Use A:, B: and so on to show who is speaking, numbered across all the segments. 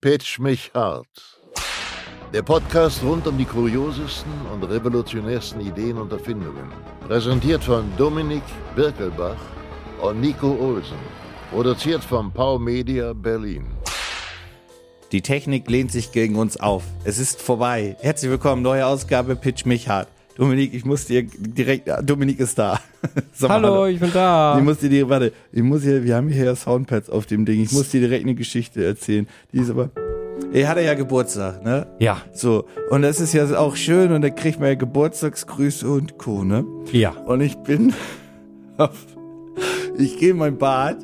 A: Pitch mich hart. Der Podcast rund um die kuriosesten und revolutionärsten Ideen und Erfindungen. Präsentiert von Dominik Birkelbach und Nico Olsen. Produziert von Pau Media Berlin.
B: Die Technik lehnt sich gegen uns auf. Es ist vorbei. Herzlich willkommen, neue Ausgabe Pitch mich hart. Dominik, ich muss dir direkt. ah, Dominik ist da. Sag mal
C: Hallo, ich bin da.
B: Ich muss dir, die- warte, ich muss hier, wir haben hier ja Soundpads auf dem Ding. Ich muss dir direkt eine Geschichte erzählen. Die ist aber. Er hatte ja Geburtstag, ne?
C: Ja,
B: So, und das ist ja auch schön und da kriegt man ja Geburtstagsgrüße und Co., ne?
C: ja.
B: Und ich bin auf, ich gehe in mein Bad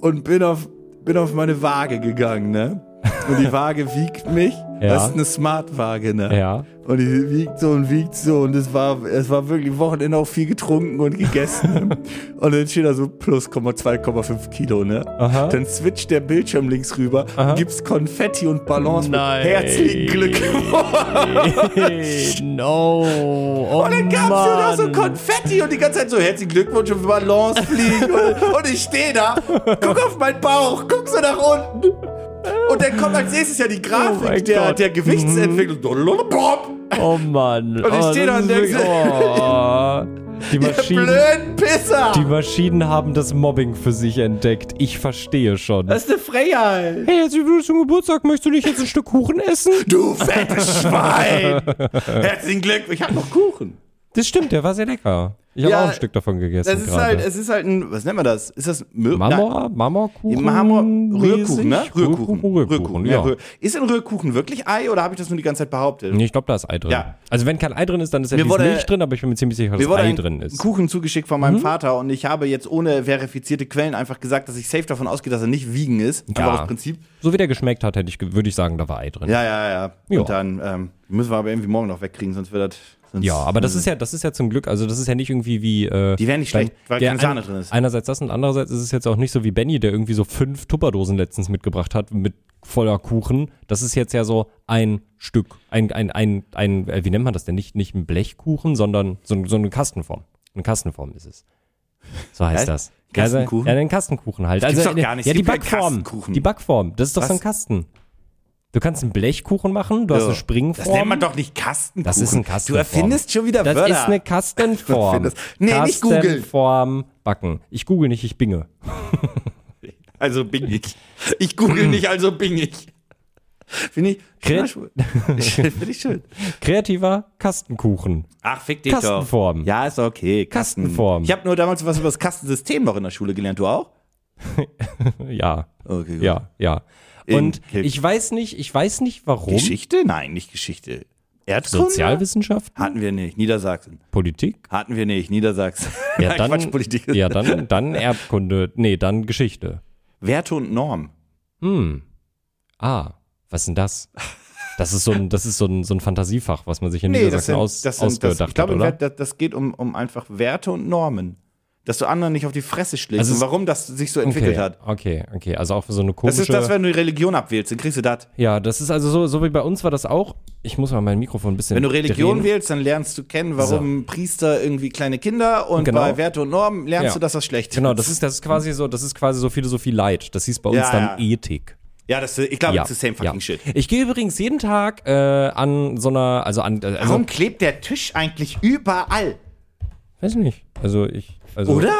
B: und bin auf, bin auf meine Waage gegangen, ne? Und die Waage wiegt mich.
C: Ja.
B: Das ist eine Smartwaage, ne?
C: Ja.
B: Und die wiegt so und wiegt so und es war, es war wirklich Wochenende auch viel getrunken und gegessen. ne? und dann steht da so plus 2,5 Kilo, ne?
C: Aha.
B: Dann switcht der Bildschirm links rüber,
C: Aha.
B: gibt's Konfetti und Balance. mit
C: Nein.
B: Herzlichen Glückwunsch!
C: no. Oh
B: Und dann gab's nur noch so Konfetti und die ganze Zeit so herzlichen Glückwunsch und Balance fliegen. und, und ich stehe da, guck auf meinen Bauch, guck so nach unten. Und dann kommt als nächstes ja die Grafik
C: Oh mein
B: der,
C: Gott. Mhm.
B: der Gewichtsentwicklung. Und
C: Oh Mann.
B: Und ich
C: oh,
B: steh da
C: das
B: und
C: ist
B: denk so-
C: wirklich- oh. Die
B: der
C: Maschinen,
B: blöden Pisser.
C: die Maschinen haben das Mobbing für sich entdeckt. Ich verstehe schon.
B: das ist eine Frechheit.
C: Hey, herzlich willkommen zum Geburtstag. Möchtest du nicht jetzt ein Stück Kuchen essen?
B: Du fettes Schwein. herzlichen Glückwunsch. Ich hab noch Kuchen.
C: Das stimmt, der war sehr lecker. Ich habe
B: Ja,
C: auch ein Stück davon gegessen.
B: Das ist
C: gerade.
B: halt, es ist halt ein, was nennt man das? Ist das Mö-
C: Marmor, Marmorkuchen.
B: Marmor,
C: mäßig?
B: Rührkuchen, ne? Rührkuchen,
C: Rührkuchen, ja.
B: Rühr- Ist in Rührkuchen wirklich Ei oder habe ich das nur die ganze Zeit behauptet?
C: Nee, ich glaube, da ist Ei drin.
B: Ja.
C: Also wenn kein Ei drin ist, dann ist ja
B: Mir
C: diese
B: wurde-
C: Milch drin, aber ich bin mir ziemlich sicher, dass
B: Mir wurde
C: Ei
B: ein
C: drin ist. Mhm.
B: Kuchen zugeschickt von meinem Vater und ich habe jetzt ohne verifizierte Quellen einfach gesagt, dass ich safe davon ausgehe, dass er nicht wiegen ist.
C: Ja.
B: Aber aus Prinzip.
C: So wie der geschmeckt hat, hätte ich, ge- würde ich sagen, da war Ei drin.
B: Ja, ja, ja.
C: Ja.
B: Und dann ähm, müssen wir aber irgendwie morgen noch wegkriegen, sonst wird das. Sonst, hm.
C: Ja, aber das ist ja, das ist ja zum Glück, also das ist ja nicht irgendwie wie. Äh,
B: Die wären nicht
C: dein-
B: schlecht, weil
C: der
B: keine Sahne drin ist.
C: Einerseits das und andererseits ist es jetzt auch nicht so wie Benny, der irgendwie so fünf Tupperdosen letztens mitgebracht hat mit voller Kuchen. Das ist jetzt ja so ein Stück, ein, ein, ein, ein äh, wie nennt man das denn? Nicht, nicht ein Blechkuchen, sondern so, ein- so eine Kastenform. Eine Kastenform ist es. So heißt
B: Was?
C: das.
B: Kastenkuchen?
C: Ja, einen Kastenkuchen halt.
B: gibt's
C: Also,
B: doch gar nicht.
C: Ja,
B: Es
C: die
B: gibt keinen
C: Backform.
B: Kastenkuchen.
C: Die Backform. Das ist doch
B: Was?
C: so ein Kasten. Du kannst einen Blechkuchen machen, du hast eine Springform.
B: Das nennt man doch nicht Kastenkuchen.
C: Das ist ein Kastenform.
B: Du erfindest schon wieder
C: Das
B: Wörter.
C: ist eine Kastenform.
B: Findest- Nee, nicht googeln.
C: Kastenform backen. Ich google nicht, ich binge.
B: also bing ich. Ich google nicht, also bing ich. Finde ich,
C: Kret-
B: Finde ich schön.
C: Kreativer Kastenkuchen.
B: Ach, fick dich
C: Kastenform.
B: doch. Ja, ist doch okay. Kasten.
C: Kastenform.
B: Ich habe nur damals was über das Kastensystem noch in der Schule gelernt. Du auch?
C: Ja,
B: Okay, gut.
C: ja, ja. Und
B: Kick.
C: ich weiß nicht, ich weiß nicht warum.
B: Geschichte? Nein, nicht Geschichte. Erdkunde?
C: Sozialwissenschaft,
B: Hatten wir nicht. Niedersachsen.
C: Politik.
B: Hatten wir nicht. Niedersachsen.
C: Ja,
B: Nein,
C: dann,
B: Quatsch, Politik.
C: ja dann, dann Erdkunde. Nee, dann Geschichte.
B: Werte und Norm.
C: Hm. Ah, was ist denn das? Das ist so ein, das ist so ein, so ein Fantasiefach, was man sich in Niedersachsen aus, ausgedacht
B: das, ich glaube,
C: hat, oder?
B: Das, das geht um, um einfach Werte und Normen. Dass du anderen nicht auf die Fresse schlägst
C: Also
B: und
C: es-
B: warum das sich so entwickelt
C: Okay,
B: hat.
C: okay, okay. Also auch so eine komische.
B: Das ist das, wenn du die Religion abwählst, dann kriegst du das.
C: Ja, das ist also so, so wie bei uns war das auch. Ich muss mal mein Mikrofon ein bisschen.
B: Wenn du Religion
C: drehen.
B: wählst, dann lernst du kennen, warum Priester irgendwie kleine Kinder und
C: Genau.
B: bei Werte und Normen lernst
C: Ja.
B: du, dass das schlecht
C: Genau,
B: ist.
C: das ist, das ist quasi so, das ist quasi so Philosophie Light. Das hieß bei uns
B: Ja,
C: dann
B: ja.
C: Ethik.
B: Ja, das, ich glaube,
C: Ja,
B: das ist same fucking
C: ja.
B: shit.
C: Ich gehe übrigens jeden Tag äh, an so einer, also an, also
B: Warum klebt der Tisch eigentlich überall?
C: weiß nicht, also ich, also
B: Oder?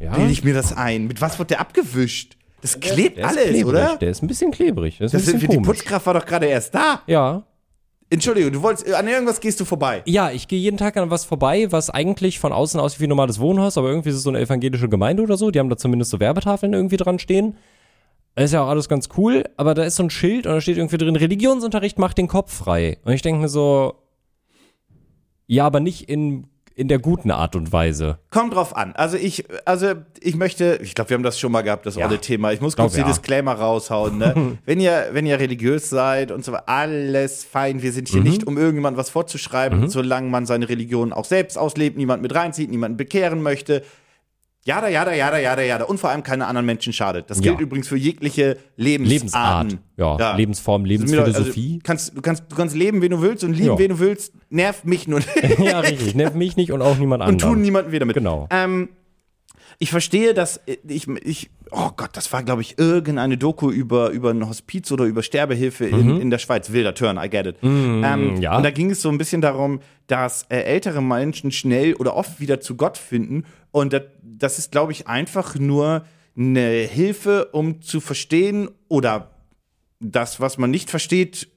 C: ja,
B: Bilde ich mir das ein? Mit was wird der abgewischt? Das klebt
C: der ist
B: alles,
C: klebrig,
B: oder?
C: Der ist ein bisschen klebrig,
B: Das
C: das ist ein
B: ist,
C: bisschen
B: die
C: komisch.
B: Putzkraft war doch gerade erst da.
C: Ja,
B: Entschuldigung, du wolltest, an irgendwas gehst du vorbei.
C: ja, ich gehe jeden Tag an was vorbei, was eigentlich von außen aussieht wie ein normales Wohnhaus, aber irgendwie ist es so eine evangelische Gemeinde oder so. Die haben da zumindest so Werbetafeln irgendwie dran stehen. Ist ja auch alles ganz cool, aber da ist so ein Schild und da steht irgendwie drin, Religionsunterricht macht den Kopf frei. Und ich denke mir so, ja, aber nicht in, in der guten Art und Weise.
B: Kommt drauf an. Also ich, also ich möchte, ich glaube, wir haben das schon mal gehabt, das olle Thema. Ich muss kurz
C: Glaub,
B: die
C: ja.
B: Disclaimer raushauen. Ne? wenn ihr, wenn ihr religiös seid und so weiter, alles fein. Wir
C: Mhm.
B: sind hier nicht, um irgendjemand was vorzuschreiben, solange man seine Religion auch selbst auslebt, niemand mit reinzieht, niemanden bekehren möchte. Jada, jada, jada, jada, jada. Und vor allem keine anderen Menschen schadet. Das gilt
C: Ja.
B: übrigens für jegliche Lebensarten.
C: Lebensart, ja, Lebensform,
B: Sind wir- also,
C: Lebensphilosophie.
B: kannst, du, kannst, du kannst leben, wen du willst und lieben,
C: Ja.
B: wen du willst. Nerv mich nur nicht.
C: ja, richtig, nervt mich nicht und auch niemand
B: und
C: anderen.
B: tun niemandem weh damit.
C: Genau.
B: Ähm, Ich verstehe, dass ich, ich oh Gott, das war, glaube ich, irgendeine Doku über, über ein Hospiz oder über Sterbehilfe in, in der Schweiz. Wilder Turn, I get it. ähm,
C: Mhm. Mm, ja.
B: Und da ging es so ein bisschen darum, dass äh, ältere Menschen schnell oder oft wieder zu Gott finden. Und das, das ist, glaube ich, einfach nur eine Hilfe, um zu verstehen oder das, was man nicht versteht,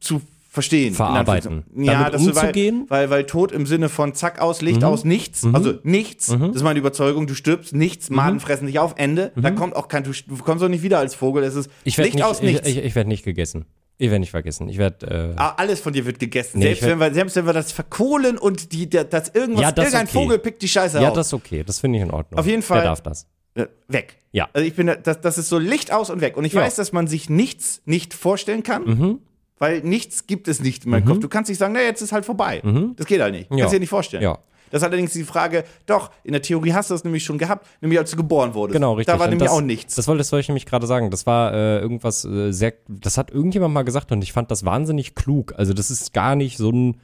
B: zu verstehen.
C: Verarbeiten.
B: In Anführungszeichen. Ja,
C: Damit
B: das ist,
C: umzugehen?
B: Weil, weil, weil Tod im Sinne von zack aus, Licht
C: Mhm.
B: aus, nichts, also nichts, das ist meine Überzeugung, du stirbst, nichts,
C: Mhm.
B: Maden fressen dich auf, Ende, da kommt auch kein, du, du kommst doch nicht wieder als Vogel, es ist
C: Ich werde
B: Licht
C: nicht,
B: aus,
C: ich,
B: nichts.
C: ich, ich werd nicht gegessen. Ich werde nicht vergessen. Ich werde. Äh,
B: Ah, Alles von dir wird gegessen.
C: Nee,
B: selbst,
C: ich werd-
B: wenn wir, selbst wenn wir das verkohlen und die, der- das irgendwas,
C: Ja, das
B: irgendein
C: okay.
B: Vogel pickt die Scheiße
C: ja,
B: auf.
C: das ist okay. Das finde ich in Ordnung.
B: Auf jeden Fall.
C: Der darf das.
B: Äh, weg.
C: Ja.
B: Also ich bin, da- das, das ist so Licht aus und weg. Und ich
C: Ja. Mhm.
B: weiß, dass man sich nichts nicht vorstellen kann, weil nichts gibt es nicht in meinem Kopf. Du kannst nicht sagen, na jetzt ist halt vorbei. Das geht halt nicht.
C: Mhm. Ja.
B: Kannst dir nicht vorstellen.
C: Ja.
B: Das ist allerdings die Frage, doch, in der Theorie hast du das nämlich schon gehabt, nämlich als du geboren wurdest.
C: Genau, richtig.
B: Da war
C: Und
B: nämlich
C: das,
B: auch nichts.
C: Das wollte, das wollte ich nämlich gerade sagen. Das war äh, irgendwas äh, sehr. Das hat irgendjemand mal gesagt und ich fand das wahnsinnig klug. Also, das ist gar nicht so ein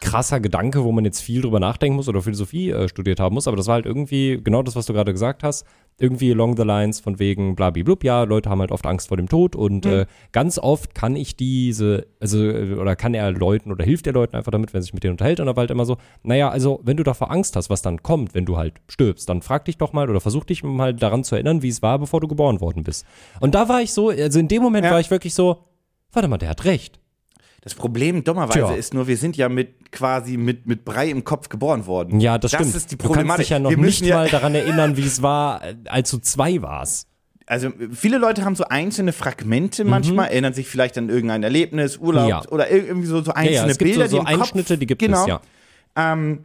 C: krasser Gedanke, wo man jetzt viel drüber nachdenken muss oder Philosophie äh, studiert haben muss, aber das war halt irgendwie genau das, was du gerade gesagt hast. Irgendwie along the lines von wegen blub. ja, Leute haben halt oft Angst vor dem Tod und äh, ganz oft kann ich diese, also äh, oder kann er Leuten oder hilft er Leuten einfach damit, wenn er sich mit denen unterhält und aber halt immer so, naja, also wenn du davor Angst hast, was dann kommt, wenn du halt stirbst, dann frag dich doch mal oder versuch dich mal daran zu erinnern, wie es war, bevor du geboren worden bist. Und da war ich so, also in dem Moment
B: Ja.
C: war ich wirklich so, warte mal, der hat recht.
B: Das Problem dummerweise
C: Tja.
B: ist nur, wir sind ja mit quasi mit, mit Brei im Kopf geboren worden.
C: Ja, das, stimmt.
B: Das ist die
C: Du kannst
B: Problematik.
C: dich ja noch
B: wir
C: nicht
B: müssen ja,
C: mal daran erinnern, wie es war, äh, als du zwei warst.
B: also viele Leute haben so einzelne Fragmente manchmal, erinnern sich vielleicht an irgendein Erlebnis, Urlaub
C: Mhm. Ja.
B: oder ir- irgendwie so, so
C: Ja,
B: einzelne
C: ja, es gibt
B: Bilder,
C: so, so
B: die im
C: Einschnitte,
B: Kopf,
C: die gibt
B: genau. ähm,
C: es, ja.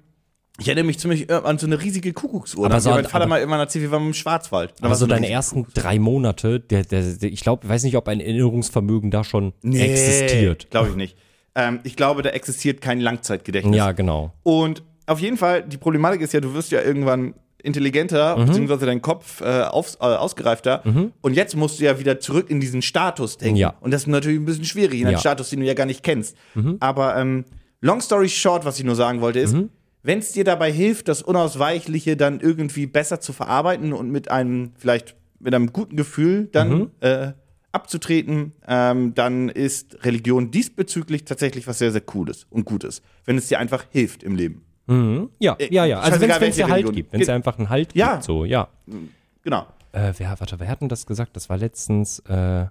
B: Ich erinnere mich zum Beispiel äh, an so eine riesige Kuckucksuhr.
C: Aber
B: Aber
C: so
B: so mein
C: an-
B: Vater
C: aber-
B: mal immer erzählt, wir waren im Schwarzwald. Da war
C: Aber so
B: eine
C: Also deine
B: riesige-
C: ersten drei Monate, der, der, der, ich glaube, weiß nicht, ob ein Erinnerungsvermögen da schon
B: Nee,
C: existiert.
B: Glaube ich nicht. Ähm, ich glaube, da existiert kein Langzeitgedächtnis.
C: Ja, genau.
B: Und auf jeden Fall, die Problematik ist ja, du wirst ja irgendwann intelligenter,
C: Mhm.
B: beziehungsweise dein Kopf äh, auf, äh, ausgereifter. Und jetzt musst du ja wieder zurück in diesen Status denken.
C: Ja.
B: Und das ist natürlich ein bisschen schwierig, in einen
C: Ja. Mhm.
B: Status, den du ja gar nicht kennst. Aber ähm, long story short, was ich nur sagen wollte, ist, wenn es dir dabei hilft, das Unausweichliche dann irgendwie besser zu verarbeiten und mit einem, vielleicht mit einem guten Gefühl dann
C: Mhm.
B: äh, abzutreten, ähm, dann ist Religion diesbezüglich tatsächlich was sehr, sehr Cooles und Gutes. Wenn es dir einfach hilft im Leben.
C: Ja, ja, ja. Also wenn
B: Äh, scheißegal,
C: es dir
B: welche
C: Halt
B: Religion.
C: gibt, wenn es dir
B: Ge-
C: einfach einen Halt
B: Ja.
C: gibt, so, ja.
B: Genau.
C: Äh, wer, warte, wer hat denn das gesagt? Das war letztens, äh,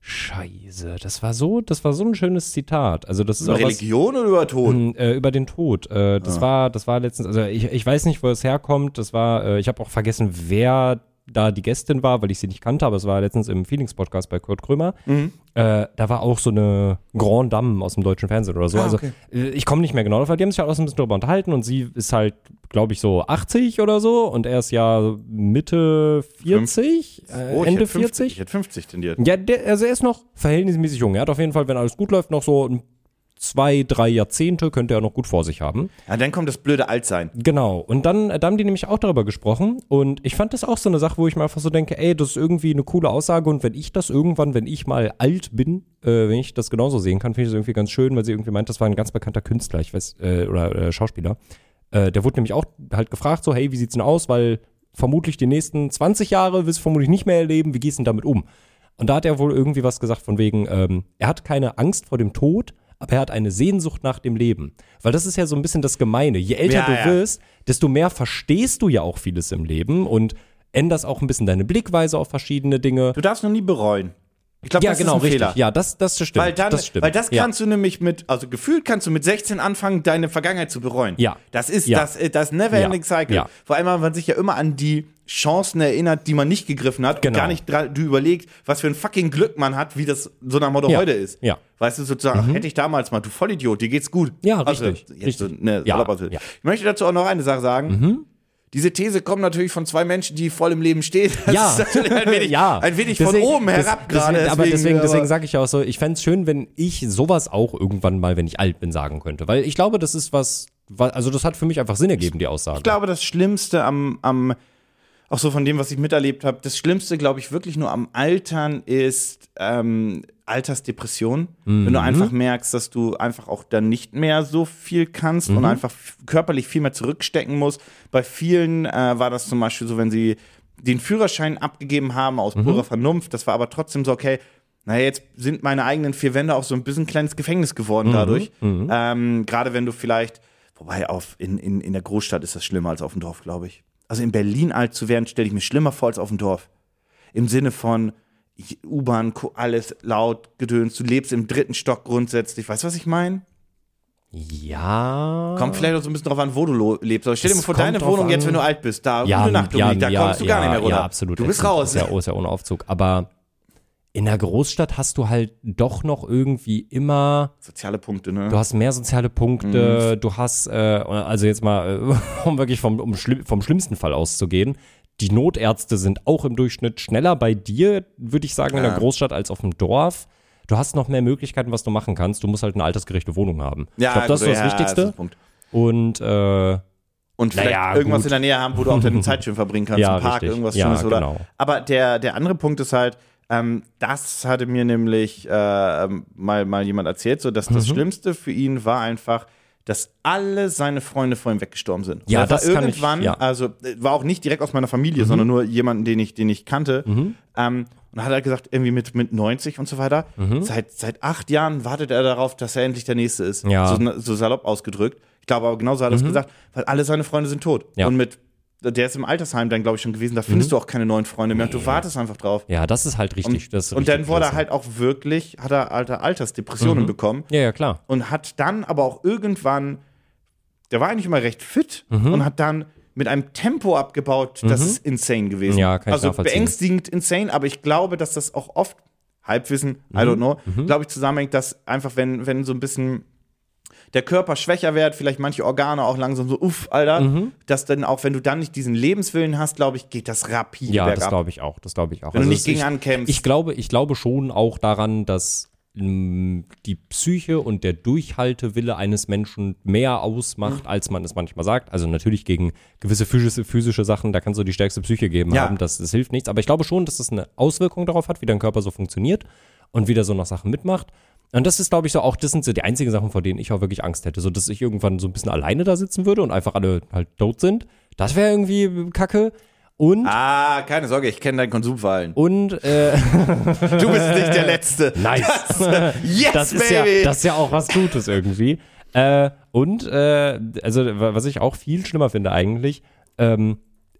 C: Scheiße, das war so, das war so ein schönes Zitat. Also das ist
B: Über
C: auch was,
B: Religion oder über Tod? Oh,
C: Mm, äh, über den Tod. Äh, das war, das war letztens, also ich, ich weiß nicht, wo es herkommt. Das war, äh, ich habe auch vergessen, wer da die Gästin war, weil ich sie nicht kannte, aber es war letztens im Feelings-Podcast bei Kurt Krömer.
B: Mhm.
C: Äh, da war auch so eine Grand Dame aus dem deutschen Fernsehen
B: Ah,
C: oder so. also äh, ich komme nicht mehr genau drauf, aber die haben sich halt auch so ein bisschen drüber unterhalten und sie ist halt, glaube ich, so 80 oder so und er ist ja Mitte 40, äh,
B: Oh, ich
C: Ende
B: hätte 50
C: 40.
B: Ich hätte 50 tendiert.
C: Ja, der, also er ist noch verhältnismäßig jung. Er hat auf jeden Fall, wenn alles gut läuft, noch so ein- zwei, drei Jahrzehnte könnte er noch gut vor sich haben.
B: Ja, dann kommt das blöde Altsein.
C: Genau. Und dann, äh, da haben die nämlich auch darüber gesprochen. Und ich fand das auch so eine Sache, wo ich mir einfach so denke, ey, das ist irgendwie eine coole Aussage. Und wenn ich das irgendwann, wenn ich mal alt bin, äh, wenn ich das genauso sehen kann, finde ich das irgendwie ganz schön, weil sie irgendwie meint, das war ein ganz bekannter Künstler, ich weiß, äh, oder äh, Schauspieler. Äh, der wurde nämlich auch halt gefragt, so, hey, wie sieht's denn aus? Weil vermutlich die nächsten 20 Jahre wirst du vermutlich nicht mehr erleben, wie gehst du denn damit um? Und da hat er wohl irgendwie was gesagt von wegen, ähm, er hat keine Angst vor dem Tod, aber er hat eine Sehnsucht nach dem Leben. Weil das ist ja so ein bisschen das Gemeine. Je älter
B: Ja,
C: du
B: ja.
C: wirst, desto mehr verstehst du ja auch vieles im Leben und änderst auch ein bisschen deine Blickweise auf verschiedene Dinge.
B: Du darfst noch nie bereuen. Ich glaube,
C: ja,
B: das
C: genau,
B: ist ein
C: richtig.
B: Fehler.
C: Ja, das, das stimmt.
B: Weil dann,
C: das stimmt.
B: weil das
C: ja.
B: kannst du nämlich mit, also gefühlt kannst du mit 16 anfangen, deine Vergangenheit zu bereuen.
C: Ja.
B: Das ist
C: Ja.
B: das, äh, das never ending
C: Ja.
B: cycle.
C: Ja.
B: Vor allem, weil man sich ja immer an die Chancen erinnert, die man nicht gegriffen hat
C: Genau.
B: und gar nicht dra- du überlegt, was für ein fucking Glück man hat, wie das so nach Motto
C: Ja.
B: heute ist.
C: Ja. Mhm.
B: Weißt du, sozusagen, ach, hätte ich damals mal, du Vollidiot, dir geht's gut.
C: Ja,
B: Also,
C: richtig,
B: jetzt So,
C: richtig.
B: ne,
C: Ja,
B: ja.
C: ja. Mhm.
B: Ich möchte dazu auch noch eine Sache sagen. Diese These kommt natürlich von zwei Menschen, die voll im Leben stehen. Das
C: ja.
B: ist natürlich ein wenig,
C: ja.
B: ein wenig von
C: Deswegen-
B: oben
C: des-
B: herab gerade.
C: Deswegen, aber deswegen,
B: aber-
C: deswegen sage ich ja auch so, ich fänd's schön, wenn ich sowas auch irgendwann mal, wenn ich alt bin, sagen könnte. Weil ich glaube, das ist was, wa- also das hat für mich einfach Sinn ergeben, die Aussage.
B: Ich glaube, das Schlimmste am, am, auch so von dem, was ich miterlebt habe, das Schlimmste, glaube ich, wirklich nur am Altern ist ähm, Altersdepression. Wenn du einfach merkst, dass du einfach auch dann nicht mehr so viel kannst und einfach f- körperlich viel mehr zurückstecken musst. Bei vielen äh, war das zum Beispiel so, wenn sie den Führerschein abgegeben haben aus purer Vernunft, das war aber trotzdem so, okay, naja, jetzt sind meine eigenen vier Wände auch so ein bisschen kleines Gefängnis geworden dadurch. Ähm, Gerade wenn du vielleicht, wobei auf, in, in, in der Großstadt ist das schlimmer als auf dem Dorf, glaube ich. Also in Berlin alt zu werden, stelle ich mir schlimmer vor als auf dem Dorf. Im Sinne von ich- U-Bahn, Ko- alles laut, gedöns, du lebst im dritten Stock grundsätzlich. Weißt du, was ich meine?
C: Ja.
B: Kommt vielleicht auch so ein bisschen drauf an, wo du lo- lebst. Aber stell dir
C: Äh.
B: mal
C: Es
B: vor,
C: kommt
B: deine
C: drauf
B: Wohnung
C: an.
B: jetzt, wenn du alt bist, da,
C: ja,
B: gute Nacht,
C: ja,
B: Dominik, da
C: ja,
B: kommst du gar
C: ja,
B: nicht mehr runter.
C: Ja, absolut.
B: Du bist
C: ätzend.
B: raus.
C: Ist ja, ist ja ohne Aufzug. Aber in der Großstadt hast du halt doch noch irgendwie immer
B: Soziale Punkte, ne?
C: Du hast mehr soziale Punkte,
B: Mhm.
C: du hast, äh, also jetzt mal, äh, um wirklich vom, um schlimm, vom schlimmsten Fall auszugehen, die Notärzte sind auch im Durchschnitt schneller bei dir, würde ich sagen, in der Großstadt als auf dem Dorf. Du hast noch mehr Möglichkeiten, was du machen kannst. Du musst halt eine altersgerechte Wohnung haben. ich glaube, das
B: gut,
C: ist das
B: ja, also
C: Wichtigste.
B: ist ein Punkt.
C: Und äh,
B: Und vielleicht
C: Naja,
B: irgendwas
C: gut.
B: in der Nähe haben, wo du auch deine Zeit schön verbringen kannst,
C: Ja,
B: im Park,
C: richtig.
B: irgendwas
C: Ja,
B: Schönes, oder?
C: genau.
B: Aber der, der andere Punkt ist halt, ähm, das hatte mir nämlich äh, ähm, mal, mal jemand erzählt, so dass
C: Mhm.
B: das Schlimmste für ihn war einfach, dass alle seine Freunde vor ihm weggestorben sind. Und er
C: Ja,
B: war
C: das kann ich-
B: irgendwann,
C: ja.
B: also äh, war auch nicht direkt aus meiner Familie,
C: Mhm.
B: sondern nur jemanden, den ich, den ich kannte. Ähm, und hat er gesagt, irgendwie mit, mit 90 und so weiter,
C: Mhm.
B: seit, seit acht Jahren wartet er darauf, dass er endlich der Nächste ist.
C: Ja. Mhm.
B: So, so salopp ausgedrückt. Ich glaube aber genauso hat er es gesagt, weil alle seine Freunde sind tot.
C: Ja. Mhm.
B: Und mit, der ist im Altersheim dann, glaube ich, schon gewesen, da findest du auch keine neuen Freunde mehr und du wartest einfach drauf.
C: ja, das ist halt richtig. das ist
B: und
C: richtig Mhm.
B: dann wurde er
C: beschissen.
B: halt auch wirklich, hat er alte Altersdepressionen bekommen
C: Ja, ja, klar.
B: und hat dann aber auch irgendwann, der war eigentlich immer recht fit
C: Mhm.
B: und hat dann mit einem Tempo abgebaut, das ist insane gewesen.
C: Ja, kann ich
B: also
C: nachvollziehen.
B: beängstigend insane, aber ich glaube, dass das auch oft Halbwissen, I
C: Mhm.
B: don't know, glaube ich zusammenhängt, dass einfach wenn wenn so ein bisschen der Körper schwächer wird, vielleicht manche Organe auch langsam so uff, Alter,
C: Mhm.
B: dass dann auch wenn du dann nicht diesen Lebenswillen hast, glaube ich, geht das rapide
C: Ja, das
B: bergab.
C: glaube ich auch. Das glaube ich auch. Also
B: wenn du
C: es-
B: nicht gegen
C: ich,
B: ankämpfst.
C: Ich glaube, ich glaube schon auch daran, dass mh, die Psyche und der Durchhaltewille eines Menschen mehr ausmacht,
B: Mhm.
C: als man es manchmal sagt. Also natürlich gegen gewisse physische, physische Sachen, da kannst du die stärkste Psyche geben
B: Ja.
C: haben, das, das hilft nichts. Aber ich glaube schon, dass das eine Auswirkung darauf hat, wie dein Körper so funktioniert und wie der so nach Sachen mitmacht. Und das ist, glaube ich, so auch, das sind so die einzigen Sachen, vor denen ich auch wirklich Angst hätte. So, dass ich irgendwann so ein bisschen alleine da sitzen würde und einfach alle halt tot sind. Das wäre irgendwie kacke. Und,
B: ah, keine Sorge, ich kenne deinen Konsumverhalten.
C: und, äh,
B: Du bist nicht der Letzte.
C: Nice.
B: Yes,
C: das ist ja,
B: baby!
C: das ist ja auch was Gutes irgendwie. Äh, und äh, also wa- was ich auch viel schlimmer finde eigentlich, ähm,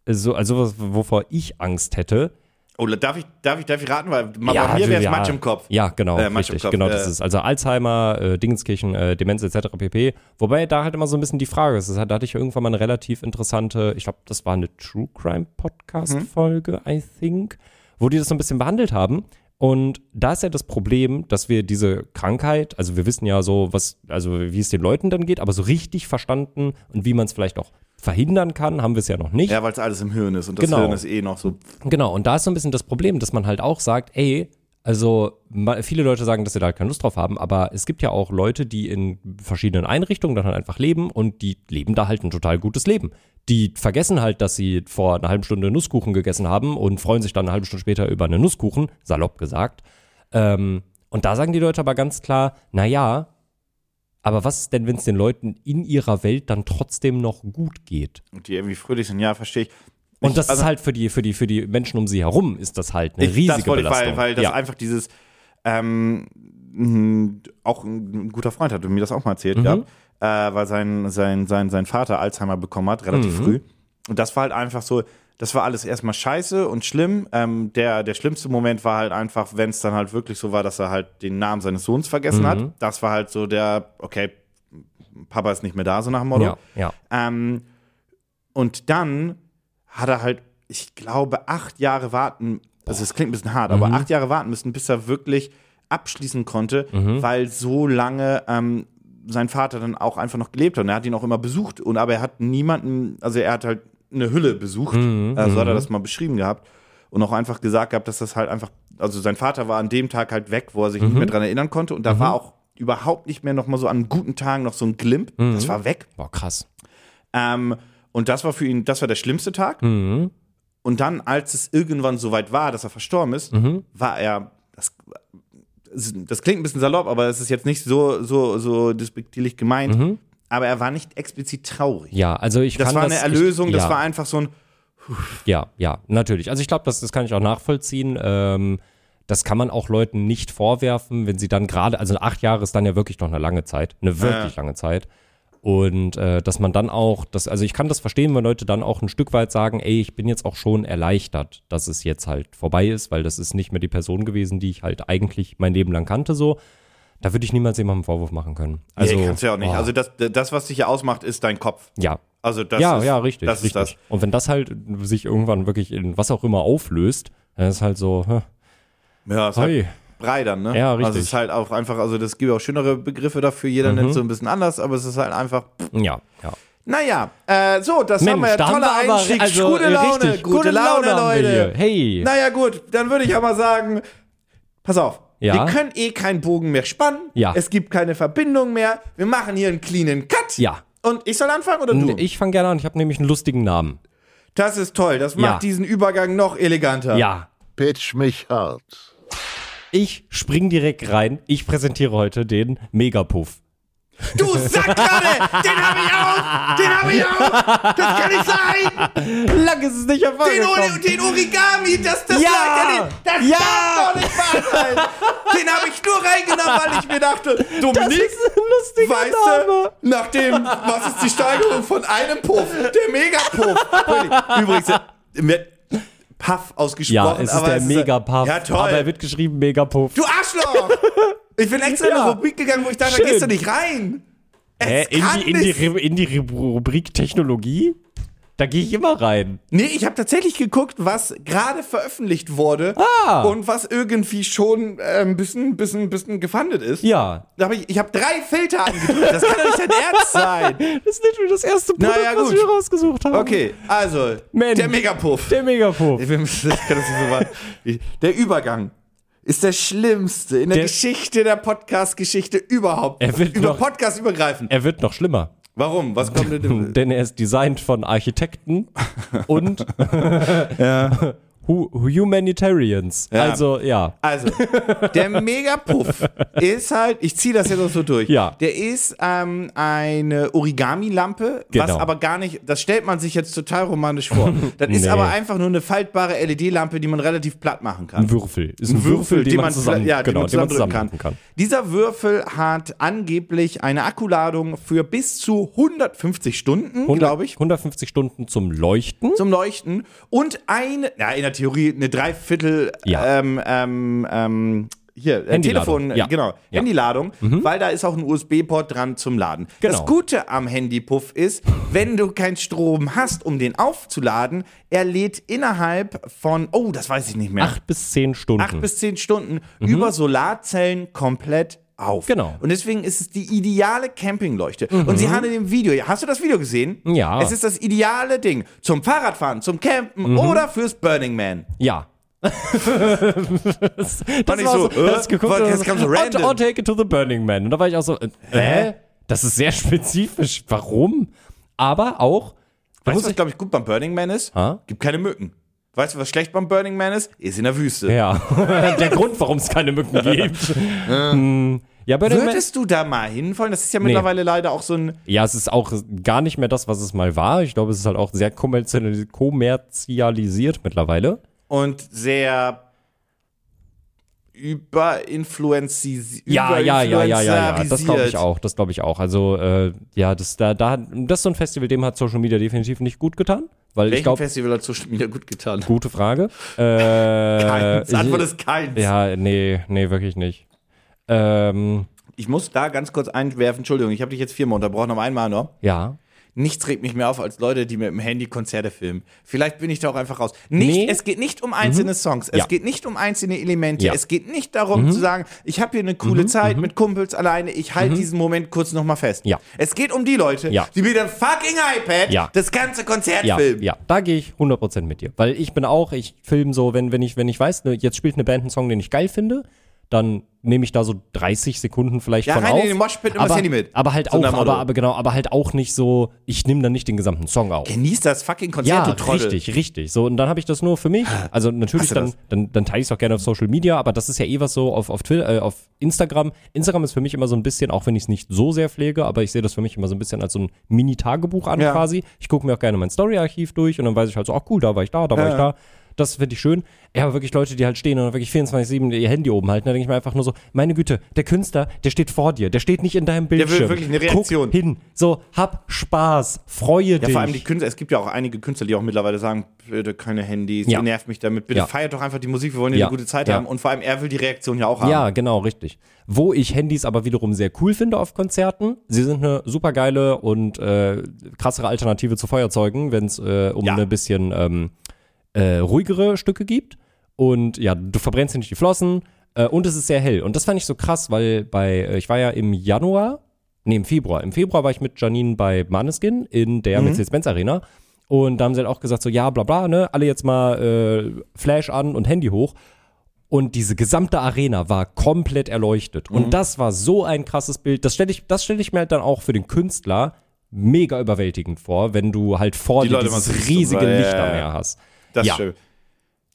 C: so also was, wovor ich Angst hätte.
B: Oh, darf ich, darf ich, darf ich raten, weil bei mir wäre es
C: ja.
B: Matsch im Kopf.
C: Ja, genau,
B: Äh, Matsch im
C: richtig,
B: Kopf,
C: genau, das
B: äh.
C: ist also Alzheimer, äh, Dingenskirchen, äh, Demenz etc. pp. Wobei da halt immer so ein bisschen die Frage ist, das hat, da hatte ich irgendwann mal eine relativ interessante, ich glaube, das war eine True Crime Podcast
B: Mhm.
C: Folge, I think, wo die das so ein bisschen behandelt haben. Und da ist ja das Problem, dass wir diese Krankheit, also wir wissen ja so, was, also wie es den Leuten dann geht, aber so richtig verstanden und wie man es vielleicht auch verhindern kann, haben wir es ja noch nicht.
B: Ja, weil es alles im Hirn ist und das
C: Genau.
B: Hirn ist eh noch so.
C: Genau, und da ist so ein bisschen das Problem, dass man halt auch sagt, ey, also ma- viele Leute sagen, dass sie da halt keine Lust drauf haben, aber es gibt ja auch Leute, die in verschiedenen Einrichtungen dann halt einfach leben und die leben da halt ein total gutes Leben. Die vergessen halt, dass sie vor einer halben Stunde Nusskuchen gegessen haben und freuen sich dann eine halbe Stunde später über einen Nusskuchen, salopp gesagt. Ähm, und da sagen die Leute aber ganz klar, naja, aber was ist denn, wenn es den Leuten in ihrer Welt dann trotzdem noch gut geht?
B: Und die irgendwie fröhlich sind, ja, verstehe ich.
C: Und das
B: also-
C: ist halt für die, für die, für die Menschen um sie herum ist das halt eine
B: ich
C: riesige
B: das wollte ich, weil,
C: Belastung.
B: weil das
C: ja.
B: einfach dieses, ähm, mh, auch ein ein guter Freund hatte mir das auch mal
C: Mhm.
B: erzählt gehabt, äh, weil sein, sein, sein, sein Vater Alzheimer bekommen hat,
C: Mhm.
B: relativ früh. Und das war halt einfach so, das war alles erstmal scheiße und schlimm. Ähm, der, der schlimmste Moment war halt einfach, wenn es dann halt wirklich so war, dass er halt den Namen seines Sohns vergessen
C: Mhm.
B: hat. Das war halt so der, okay, Papa ist nicht mehr da, so nach dem Motto.
C: ja, ja.
B: Ähm, und dann hat er halt, ich glaube, acht Jahre warten, also es klingt ein bisschen hart, aber acht Jahre warten müssen, bis er wirklich abschließen konnte, weil so lange ähm, sein Vater dann auch einfach noch gelebt hat. Und er hat ihn auch immer besucht. Und aber er hat niemanden, also er hat halt eine Hülle besucht, äh, so hat er das mal beschrieben gehabt. Und auch einfach gesagt gehabt, dass das halt einfach, also sein Vater war an dem Tag halt weg, wo er sich nicht mehr dran erinnern konnte. Und da war auch überhaupt nicht mehr noch mal so an guten Tagen noch so ein Glimp. Das war weg.
C: Boah, krass. Mhm.
B: Ähm, und das war für ihn, das war der schlimmste Tag. Und dann, als es irgendwann soweit war, dass er verstorben ist,
C: Mhm.
B: war er. Das, das klingt ein bisschen salopp, aber es ist jetzt nicht so, so, so despektierlich gemeint. Aber er war nicht explizit traurig.
C: Mhm. Ja, also ich
B: Das
C: kann
B: war
C: das,
B: eine Erlösung,
C: ich, ja,
B: das war einfach so ein.
C: Ja, ja, natürlich. Also ich glaube, das, das kann ich auch nachvollziehen. Ähm, das kann man auch Leuten nicht vorwerfen, wenn sie dann gerade, also acht Jahre ist dann ja wirklich noch eine lange Zeit, eine wirklich lange Zeit. Und äh, dass man dann auch, das, also ich kann das verstehen, wenn Leute dann auch ein Stück weit sagen, ey, ich bin jetzt auch schon erleichtert, dass es jetzt halt vorbei ist, weil das ist nicht mehr die Person gewesen, die ich halt eigentlich mein Leben lang kannte so. Da würde ich niemals jemandem einen Vorwurf machen können. Also,
B: Also, nee, kannst du ja auch nicht.
C: boah,
B: Also, das, das, was dich ja ausmacht, ist dein Kopf.
C: ja,
B: Also, das
C: ja,
B: ist,
C: ja, richtig.
B: Das
C: richtig.
B: ist das.
C: Und wenn das halt sich irgendwann wirklich in was auch immer auflöst, dann ist halt so, hä,
B: Ja, ist
C: Hi.
B: halt breiter, ne?
C: Ja,
B: Also,
C: richtig. Mhm.
B: es ist halt auch einfach, also, das gibt auch schönere Begriffe dafür. Jeder nennt so ein bisschen anders, aber es ist halt einfach. Pff.
C: ja, ja.
B: Naja, äh, so, das haben wir ja.
C: da haben
B: Toller
C: wir aber
B: Einstieg.
C: also,
B: gute Laune,
C: richtig,
B: gute, Laune,
C: haben wir
B: Leute.
C: hier. Hey.
B: Naja, gut, dann würde ich aber sagen, pass auf.
C: Ja?
B: Wir können eh keinen Bogen mehr spannen.
C: Ja.
B: Es gibt keine Verbindung mehr. Wir machen hier einen cleanen Cut.
C: Ja.
B: Und ich soll anfangen oder du?
C: Ich fange gerne an, ich habe nämlich einen lustigen Namen.
B: Das ist toll. Das macht
C: Ja.
B: diesen Übergang noch eleganter.
C: Ja.
A: Pitch mich hart.
C: Ich spring direkt rein. Ich präsentiere heute den Megapuff.
B: Du Sack gerade! Den hab ich auch! Den hab ich auch! Das kann nicht sein!
C: Lang ist es nicht
B: Den, Ori
C: hervorgekommen.
B: den Origami! Das, das
C: Ja!
B: lag ja nicht! Das
C: Ja!
B: darf doch nicht wahr sein! Den hab ich nur reingenommen, weil ich mir dachte,
C: Das
B: Dominik,
C: ist ein lustiger
B: weißt
C: Name.
B: du, nach dem, was ist die Steigerung von einem Puff? Der Megapuff! Übrigens, äh, mit Puff ausgesprochen.
C: Ja, es ist
B: aber äh,
C: der Megapuff.
B: Ja, toll!
C: Aber er wird geschrieben Megapuff.
B: du Arschloch! Ich bin extra in
C: Ja.
B: eine Rubrik gegangen, wo ich dachte, da
C: Schön.
B: gehst du nicht rein!
C: Hä,
B: Es
C: in,
B: kann
C: die, in, die,
B: nicht
C: Ru- in die Ru- Rubrik Technologie? Da gehe ich immer rein.
B: Nee, ich habe tatsächlich geguckt, was gerade veröffentlicht wurde
C: Ah.
B: und was irgendwie schon äh, ein bisschen, bisschen, bisschen gefundet ist.
C: Ja.
B: Da hab ich ich habe drei Filter angedrückt. Das kann doch nicht dein Ernst sein.
C: Das ist natürlich das erste Produkt,
B: Produkt, ja, was
C: was
B: gut. wir
C: wir rausgesucht haben.
B: Okay, also,
C: Mensch.
B: der Megapuff.
C: Der Megapuff.
B: Ich bin- ich kann das nicht so machen. Ich- der Übergang ist der schlimmste in der,
C: Der-
B: Geschichte der Podcast-Geschichte überhaupt.
C: Er wird
B: Über
C: noch-
B: Podcast übergreifend.
C: Er wird noch schlimmer,
B: Warum? Was kommt denn?
C: denn er ist designt von Architekten und Hu- Humanitarians. Also, ja.
B: Also, der Megapuff ist halt, ich ziehe das jetzt auch so durch.
C: Ja.
B: Der ist ähm, eine Origami-Lampe, was
C: Genau.
B: aber gar nicht, das stellt man sich jetzt total romantisch vor. Das ist
C: Nee.
B: aber einfach nur eine faltbare LED-Lampe, die man relativ platt machen kann.
C: Ein Würfel. Ist ein, Würfel, den, man zusammen,
B: ja,
C: genau,
B: den man zusammendrücken
C: zusammenpacken
B: kann. Dieser Würfel hat angeblich eine Akkuladung für bis zu 150 Stunden,
C: 100
B: glaube ich.
C: 150 Stunden zum Leuchten.
B: Zum Leuchten und eine, ja, in der Theorie eine Dreiviertel,
C: Ja.
B: ähm, ähm, ähm, hier, äh,
C: Handyladung,
B: Telefon,
C: ja.
B: genau,
C: Ja. Mhm.
B: Handyladung, weil da ist auch ein USB-Port dran zum Laden.
C: Genau.
B: Das Gute am Handypuff ist, wenn du keinen Strom hast, um den aufzuladen, er lädt innerhalb von, oh, das weiß ich nicht mehr,
C: Acht bis zehn Stunden.
B: acht bis zehn Stunden über Solarzellen komplett auf.
C: Mhm. Genau. Mhm.
B: Und deswegen ist es die ideale Campingleuchte. Und sie haben in dem Video, hast du das Video gesehen?
C: Ja. Mhm.
B: Es ist das ideale Ding zum Fahrradfahren, zum Campen oder fürs Burning Man.
C: ja. das
B: War nicht so, äh,
C: das geguckt
B: war-
C: und
B: jetzt
C: so,
B: kam so
C: "I'll-
B: random."
C: I'll take it to the Burning Man. Und da war ich auch so, äh, hä? Das ist sehr spezifisch. Warum? Aber auch,
B: Weißt
C: da
B: du,
C: muss
B: was,
C: ich,
B: glaube ich, gut beim Burning Man ist?
C: Ha?
B: Gibt keine Mücken. Weißt du, was schlecht beim Burning Man ist? Ist in der Wüste.
C: ja, der Grund, warum es keine Mücken gibt. Hm. ja, Burning Man,
B: Würdest du da mal hinwollen? Das ist ja mittlerweile leider auch so ein.
C: ja, es ist auch gar nicht mehr das, was es mal war. Ich glaube, es ist halt auch sehr kommerzialis- kommerzialisiert mittlerweile.
B: und sehr überinfluenzi
C: Ja, ja, ja, ja, ja, ja. Das glaube ich
B: überinfluenzialisiert.
C: auch. Das glaube ich auch. Also äh, ja, das da, da das ist so ein Festival, dem hat Social Media definitiv nicht gut getan, weil
B: Welchem
C: ich glaube,
B: Festival hat Social Media gut getan?
C: gute Frage. Äh,
B: Keins. Antwort
C: ich,
B: ist keins.
C: ja, nee, nee, wirklich nicht. Ähm,
B: Ich muss da ganz kurz einwerfen, Entschuldigung, ich habe dich jetzt viermal unterbrochen, aber einmal noch.
C: ja.
B: Nichts regt mich mehr auf als Leute, die mit dem Handy Konzerte filmen. Vielleicht bin ich da auch einfach raus. Nicht,
C: Nee. Mhm.
B: Es geht nicht um einzelne Songs, es
C: Ja.
B: geht nicht um einzelne Elemente,
C: Ja. Mhm.
B: es geht nicht darum zu sagen, ich habe hier eine coole Zeit mit Kumpels alleine, ich halte diesen Moment kurz nochmal fest.
C: Mhm. Ja.
B: Es geht um die Leute,
C: Ja.
B: die mit dem fucking iPad
C: Ja.
B: das ganze Konzert
C: Ja,
B: filmen.
C: ja, da gehe ich 100% mit dir. Weil ich bin auch, ich filme so, wenn, wenn, ich, wenn ich weiß, ne, jetzt spielt eine Band einen Song, den ich geil finde, dann nehme ich da so 30 Sekunden vielleicht
B: Ja,
C: von
B: rein in
C: auf.
B: den Moshpit, nimm das
C: aber,
B: Handy mit.
C: aber halt
B: So
C: auch,
B: nach dem Motto.
C: aber, aber genau, aber halt auch nicht so, ich nehme dann nicht den gesamten Song auf.
B: Genieß das fucking Konzert,
C: Ja,
B: du Trottel.
C: richtig, richtig. So, und dann habe ich das nur für mich. Also natürlich,
B: Hast du
C: dann,
B: das?
C: dann, dann teile ich es auch gerne auf Social Media, aber das ist ja eh was so auf, auf, Twitter, äh, auf Instagram. Instagram ist für mich immer so ein bisschen, auch wenn ich es nicht so sehr pflege, aber ich sehe das für mich immer so ein bisschen als so ein Mini-Tagebuch an
B: Ja.
C: quasi. Ich gucke mir auch gerne mein Story-Archiv durch und dann weiß ich halt so, ach cool, da war ich da, da war
B: Ja.
C: ich da. Das finde ich schön. Ja, aber wirklich Leute, die halt stehen und wirklich 24-7 ihr Handy oben halten, da denke ich mir einfach nur so, meine Güte, der Künstler, der steht vor dir, der steht nicht in deinem
B: will
C: Bildschirm.
B: wirklich eine Reaktion.
C: Guck hin. So, hab Spaß, freue dich.
B: Ja, vor allem die Künstler, es gibt ja auch einige Künstler, die auch mittlerweile sagen, bitte keine Handys,
C: Ja.
B: ihr nervt mich damit, bitte
C: Ja.
B: feiert doch einfach die Musik, wir wollen hier
C: Ja.
B: eine gute Zeit
C: Ja.
B: haben und vor allem er will die Reaktion ja auch haben.
C: Ja, genau, richtig. Wo ich Handys aber wiederum sehr cool finde auf Konzerten. Sie sind eine super geile und äh, krassere Alternative zu Feuerzeugen, wenn es äh, um
B: Ja.
C: eine bisschen ähm, äh, ruhigere Stücke gibt. Und ja, du verbrennst dir nicht die Flossen äh, und es ist sehr hell. Und das fand ich so krass, weil bei, äh, ich war ja im Januar, nee, im Februar. Im Februar war ich mit Janine bei Maneskin in der
B: Mhm.
C: Mercedes-Benz Arena. Und da haben sie halt auch gesagt, so, ja, bla, bla, ne, alle jetzt mal äh, Flash an und Handy hoch. Und diese gesamte Arena war komplett erleuchtet.
B: Mhm.
C: Und das war so ein krasses Bild. Das stelle ich, das stell ich mir halt dann auch für den Künstler mega überwältigend vor, wenn du halt vor
B: Die
C: dir
B: Leute machen
C: dieses
B: sich so-
C: riesige
B: Ja, ja, ja.
C: Lichtermeer hast.
B: Das
C: ja.
B: ist schön.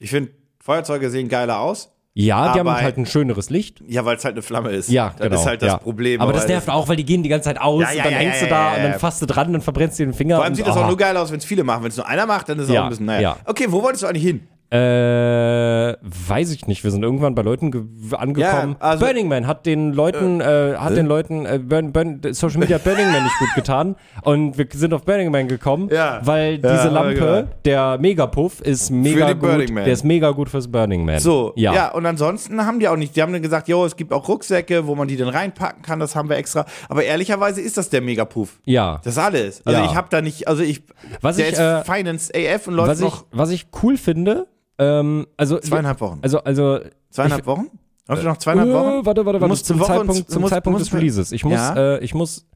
B: Ich finde, Feuerzeuge sehen geiler aus.
C: Ja, die haben
B: Aber-
C: halt ein schöneres Licht.
B: Ja, weil es halt eine Flamme ist.
C: Ja,
B: das
C: genau.
B: ist halt das
C: ja.
B: Problem.
C: Aber das nervt auch, weil die gehen die ganze Zeit aus
B: Ja, ja,
C: und dann
B: ja,
C: hängst
B: ja,
C: du da
B: ja, ja,
C: und
B: ja.
C: dann fasst du dran und verbrennst dir den Finger.
B: Vor allem
C: und,
B: sieht das auch
C: aha.
B: nur geil aus, wenn es viele machen. Wenn es nur einer macht, dann ist es auch
C: Ja,
B: ein bisschen, naja.
C: ja.
B: Okay, wo wolltest du eigentlich hin?
C: Äh, weiß ich nicht. Wir sind irgendwann bei Leuten ge- angekommen.
B: Ja, also-
C: Burning Man hat den Leuten, äh, hat den Leuten äh, Burn, Burn, Social Media Burning Man nicht gut getan. Und wir sind auf Burning Man gekommen,
B: Ja.
C: weil
B: Ja,
C: diese
B: haben wir
C: Lampe,
B: gehört.
C: der Megapuff, ist mega
B: den
C: gut.
B: Burning Man.
C: Der ist mega gut fürs Burning Man.
B: So, ja.
C: ja.
B: und ansonsten haben die auch nicht, die haben dann gesagt, jo, es gibt auch Rucksäcke, wo man die dann reinpacken kann, das haben wir extra. Aber ehrlicherweise ist das der Megapuff.
C: Ja.
B: Das ist alles. Also
C: Ja.
B: ich habe da nicht, also ich,
C: Was
B: der
C: ich,
B: ist
C: äh,
B: Finance AF und läuft
C: was, ich,
B: noch
C: was ich cool finde, ähm, also.
B: zweieinhalb Wochen.
C: Also, also.
B: zweieinhalb
C: ich,
B: Wochen? Läuft noch zweieinhalb
C: Äh,
B: Wochen?
C: Warte, warte,
B: Du
C: warte.
B: musst
C: Zum
B: eine Woche und-
C: Zeitpunkt,
B: du
C: zum
B: musst-
C: Zeitpunkt
B: musst-
C: des Releases. Ich muss,
B: Ja.
C: äh, ich muss.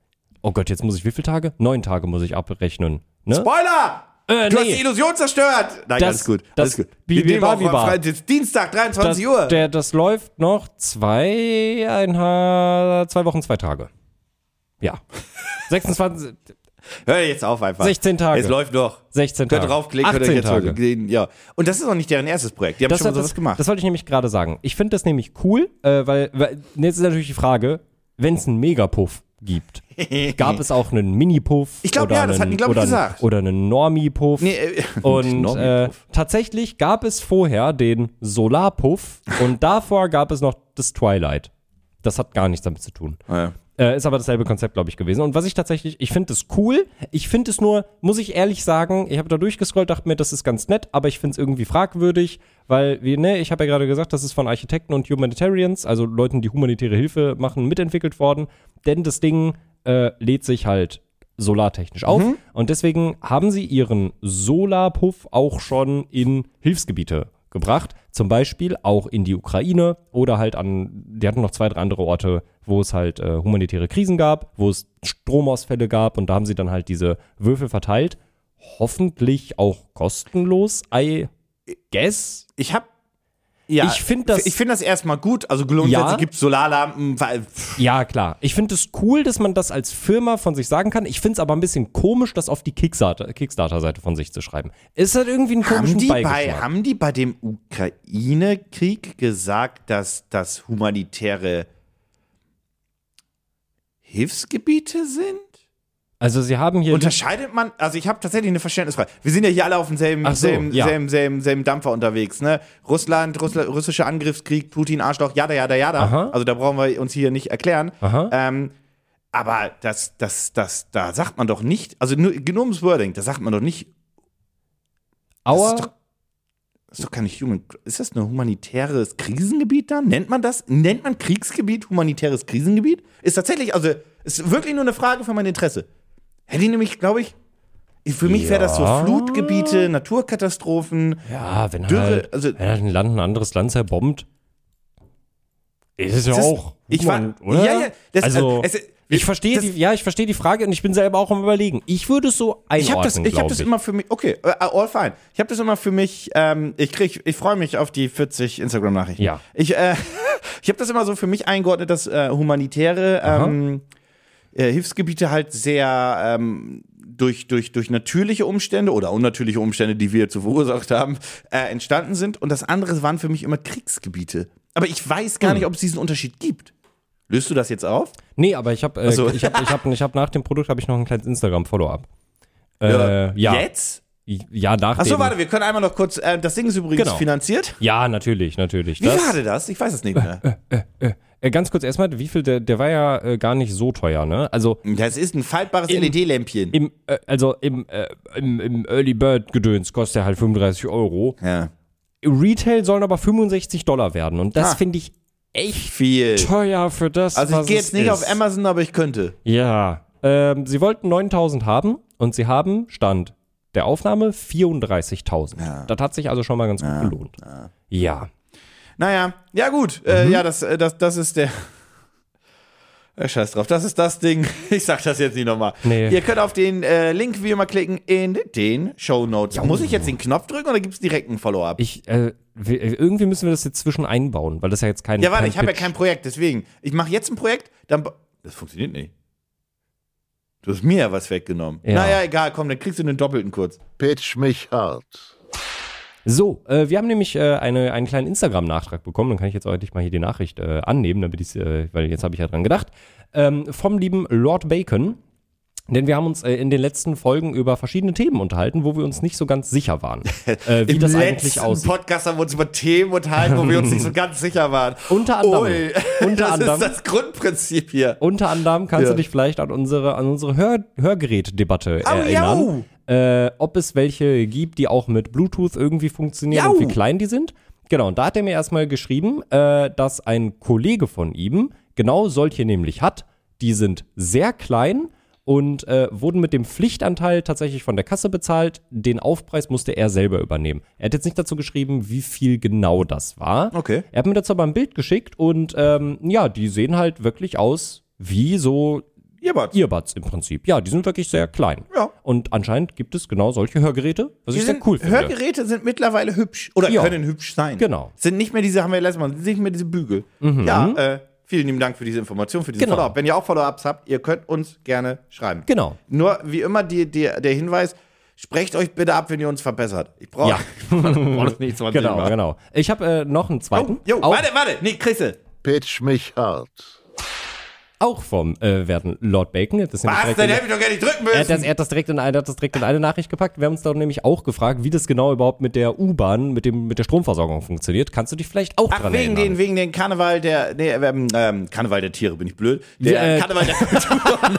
C: Oh Gott, jetzt muss ich wie viele Tage? Neun Tage muss ich abrechnen. Ne?
B: Spoiler! um
C: Äh,
B: Du
C: nee.
B: hast die Illusion zerstört! Nein,
C: Das-
B: alles gut.
C: das-
B: alles gut.
C: wie-
B: Wir
C: wie
B: nehmen
C: war,
B: auch
C: wie
B: am
C: war?
B: Freitag- Dienstag, 23 Uhr.
C: Das, der, das läuft noch zweieinhalb, zwei Wochen, zwei Tage. Ja. 26,
B: Hör jetzt auf einfach.
C: 16 Tage.
B: Es läuft doch.
C: 16 Tage.
B: Könnt draufklicken, könnt euch
C: 18
B: jetzt
C: Tage.
B: holen. Ja. Und das ist noch nicht deren erstes Projekt. Die haben schon mal
C: hat
B: sowas gemacht.
C: Das wollte ich nämlich gerade sagen. Ich finde das nämlich cool, äh, weil, weil jetzt ist natürlich die Frage, wenn es einen Megapuff gibt, gab es auch einen Mini-Puff?
B: Ich glaub,
C: oder
B: ja, das
C: einen-
B: hatten, glaub ich,
C: oder einen-
B: gesagt.
C: Oder einen Normie-Puff.
B: Nee, äh,
C: Und
B: Normie-Puff.
C: äh, tatsächlich gab es vorher den Solarpuff und davor gab es noch das Twilight. Das hat gar nichts damit zu tun.
B: Ja.
C: Äh, ist aber dasselbe Konzept, glaube ich, gewesen. Und was ich tatsächlich, ich finde es cool. Ich finde es nur, muss ich ehrlich sagen, ich habe da durchgescrollt, dachte mir, das ist ganz nett, aber ich finde es irgendwie fragwürdig, weil, wie, ne, ich habe ja gerade gesagt, das ist von Architekten und Humanitarians, also Leuten, die humanitäre Hilfe machen, mitentwickelt worden. Denn das Ding äh, lädt sich halt solartechnisch auf. Und deswegen haben sie ihren Solarpuff auch schon in Hilfsgebiete gebracht. Zum Beispiel auch in die Ukraine oder halt an, die hatten noch zwei, drei andere Orte, wo es halt äh, humanitäre Krisen gab, wo es Stromausfälle gab und da haben sie dann halt diese Würfel verteilt. Hoffentlich auch kostenlos, I guess.
B: Ich hab. Ja,
C: Ich find das-
B: Ich finde das erstmal gut. Also grundsätzlich
C: Ja.
B: gibt es Solarlampen. weil- pff,
C: Ja, klar. Ich finde es cool, dass man das als Firma von sich sagen kann. Ich finde es aber ein bisschen komisch, das auf die Kickstarter- Kickstarter-Seite von sich zu schreiben. Ist halt irgendwie einen
B: Haben
C: komischen
B: die, bei,
C: Beigeschmack.
B: haben die bei dem Ukraine-Krieg gesagt, dass das humanitäre Hilfsgebiete sind?
C: also sie haben hier
B: Unterscheidet man, also ich habe tatsächlich eine Verständnisfrage. Wir sind ja hier alle auf demselben
C: Ach so,
B: selben,
C: ja.
B: selben, selben, selben Dampfer unterwegs, ne? Russland, Russla russischer Angriffskrieg, Putin, Arschloch, jada, jada, jada.
C: Aha.
B: Also da brauchen wir uns hier nicht erklären.
C: Aha.
B: Ähm, aber das, das, das, da sagt man doch nicht, also nur, nur ums Wording, da sagt man doch nicht,
C: Our
B: ist doch- das ist doch keine Human, ist das ein humanitäres Krisengebiet dann? Nennt man das? Nennt man Kriegsgebiet humanitäres Krisengebiet? Ist tatsächlich, also ist wirklich nur eine Frage für mein Interesse. Hätte ich nämlich, glaube ich, für mich wäre das so
C: Ja.
B: Flutgebiete, Naturkatastrophen.
C: Ja, wenn
B: Dürre,
C: halt,
B: also-
C: wenn halt ein Land ein anderes Land zerbombt, ist es ja
B: Das-
C: auch.
B: Ich war,
C: human, oder?
B: ja, ja, das,
C: also,
B: also, es,
C: Ich verstehe
B: das-
C: die, ja, ich verstehe die Frage und ich bin selber auch am überlegen. Ich würde es so einordnen,
B: Ich habe das, ich hab
C: glaub
B: das
C: ich.
B: immer für mich, okay, äh, all fine. Ich habe das immer für mich, ähm, ich krieg, ich freue mich auf die 40 Instagram-Nachrichten.
C: Ja.
B: Ich, äh, ich habe das immer so für mich eingeordnet, dass äh, humanitäre ähm, äh, Hilfsgebiete halt sehr ähm, durch, durch, durch natürliche Umstände oder unnatürliche Umstände, die wir zu verursacht haben, äh, entstanden sind. Und das andere waren für mich immer Kriegsgebiete. Aber ich weiß
C: Hm.
B: gar nicht, ob es diesen Unterschied gibt. Löst du das jetzt auf?
C: Nee, aber ich habe äh,
B: so.
C: ich hab, ich hab, ich hab nach dem Produkt habe ich noch ein kleines Instagram Follow up. Äh, ja.
B: Jetzt?
C: Ja, nach
B: Achso,
C: dem.
B: warte, wir können einmal noch kurz. Äh, das Ding ist übrigens
C: Genau.
B: finanziert.
C: Ja, natürlich, natürlich.
B: Wie
C: Das,
B: war denn das? Ich weiß es nicht mehr.
C: äh, ganz kurz erstmal, wie viel der der war ja äh, gar nicht so teuer, ne? Also
B: Das ist ein faltbares E
C: Im-
B: LED-Lämpchen.
C: im äh, also im, äh, im im Early Bird Gedöns kostet er halt 35 Euro.
B: Ja.
C: Retail sollen aber 65 Dollar werden und das
B: Ah.
C: finde ich echt
B: Viel.
C: teuer für das,
B: Also ich
C: was
B: gehe
C: es
B: jetzt nicht
C: ist.
B: auf Amazon, aber ich könnte.
C: Ja. Ähm, sie wollten 9000 haben und sie haben, Stand der Aufnahme, 34.000. Das hat sich also schon mal ganz gut gelohnt. Ja.
B: Naja, ja gut.
C: Mhm.
B: Äh, ja, das, äh, das, das ist der. Äh, Scheiß drauf, das ist das Ding. Ich sag das jetzt nicht nochmal.
C: Nee.
B: Ihr könnt auf den äh, Link wie immer klicken in den Show Notes. Muss ich jetzt den Knopf drücken oder gibt es direkt einen Follow-up?
C: Ich, äh, wir, irgendwie müssen wir das jetzt zwischen einbauen, weil das ja jetzt kein.
B: Ja, warte, ich habe ja
C: Pitch-
B: kein Projekt, deswegen. Ich mache jetzt ein Projekt, dann. ba- Das funktioniert nicht. Du hast mir ja was weggenommen.
C: Ja.
B: Naja, egal, komm, dann kriegst du einen doppelten kurz.
A: Pitch mich hart.
C: So, äh, wir haben nämlich äh, eine, einen kleinen Instagram-Nachtrag bekommen. Dann kann ich jetzt auch endlich mal hier die Nachricht äh, annehmen, damit ich's, äh, weil jetzt habe ich ja dran gedacht. Ähm, vom lieben Lord Bacon. Denn wir haben uns äh, in den letzten Folgen über verschiedene Themen unterhalten, wo wir uns nicht so ganz sicher waren, äh, wie
B: Im
C: das
B: letzten
C: eigentlich aussieht.
B: Podcast haben wir uns über Themen unterhalten, wo wir uns nicht so ganz sicher waren.
C: Unter anderem.
B: Ui,
C: Unter
B: das
C: anderem.
B: ist das Grundprinzip hier.
C: Unter anderem kannst
B: Ja.
C: du dich vielleicht an unsere, an unsere Hör Hörgerätdebatte
B: Au,
C: erinnern. Äh, ob es welche gibt, die auch mit Bluetooth irgendwie funktionieren und
B: Jau.
C: wie klein die sind. Genau, und da hat er mir erstmal geschrieben, äh, dass ein Kollege von ihm genau solche nämlich hat. Die sind sehr klein und äh, wurden mit dem Pflichtanteil tatsächlich von der Kasse bezahlt. Den Aufpreis musste er selber übernehmen. Er hat jetzt nicht dazu geschrieben, wie viel genau das war.
B: Okay.
C: Er hat mir dazu aber ein Bild geschickt und ähm, ja, die sehen halt wirklich aus wie so
B: Ja, aber
C: Earbuds im Prinzip. Ja, die sind wirklich sehr klein.
B: Ja.
C: Und anscheinend gibt es genau solche Hörgeräte, was
B: die
C: ich
B: sind,
C: sehr cool finde.
B: Hörgeräte sind mittlerweile hübsch. Oder
C: Ja.
B: können hübsch sein.
C: Genau. Mhm.
B: Sind nicht mehr diese, haben wir letztes Mal, sind nicht mehr diese Bügel. Ja, äh, vielen lieben Dank für diese Information, für diesen
C: Genau.
B: Follow-up. Wenn ihr auch Follow-ups habt, ihr könnt uns gerne schreiben.
C: Genau.
B: Nur, wie immer, die, die, der Hinweis, sprecht euch bitte ab, wenn ihr uns verbessert. Ich brauche
C: Ja.
B: brauch nicht 20
C: Genau,
B: Mal.
C: genau. Ich habe äh, noch einen zweiten.
B: Oh, jo,
C: auch,
B: warte, warte. Nee, Chrisse.
A: Pitch mich hart.
C: auch vom äh, werten Lord Bacon. Das ist nämlich
B: Was?
C: direkt
B: Dann
C: in-
B: hätte ich doch gar nicht drücken müssen.
C: er hat, das, er, hat das direkt in eine, er hat das direkt in eine Nachricht gepackt. Wir haben uns da nämlich auch gefragt, wie das genau überhaupt mit der U-Bahn, mit, dem- mit der Stromversorgung funktioniert. Kannst du dich vielleicht auch
B: Ach,
C: dran
B: wegen
C: erinnern?
B: den, wegen den Karneval der, nee, ähm, ähm, Karneval der Tiere, bin ich blöd. Der
C: Ja, äh,
B: Karneval der Kulturen.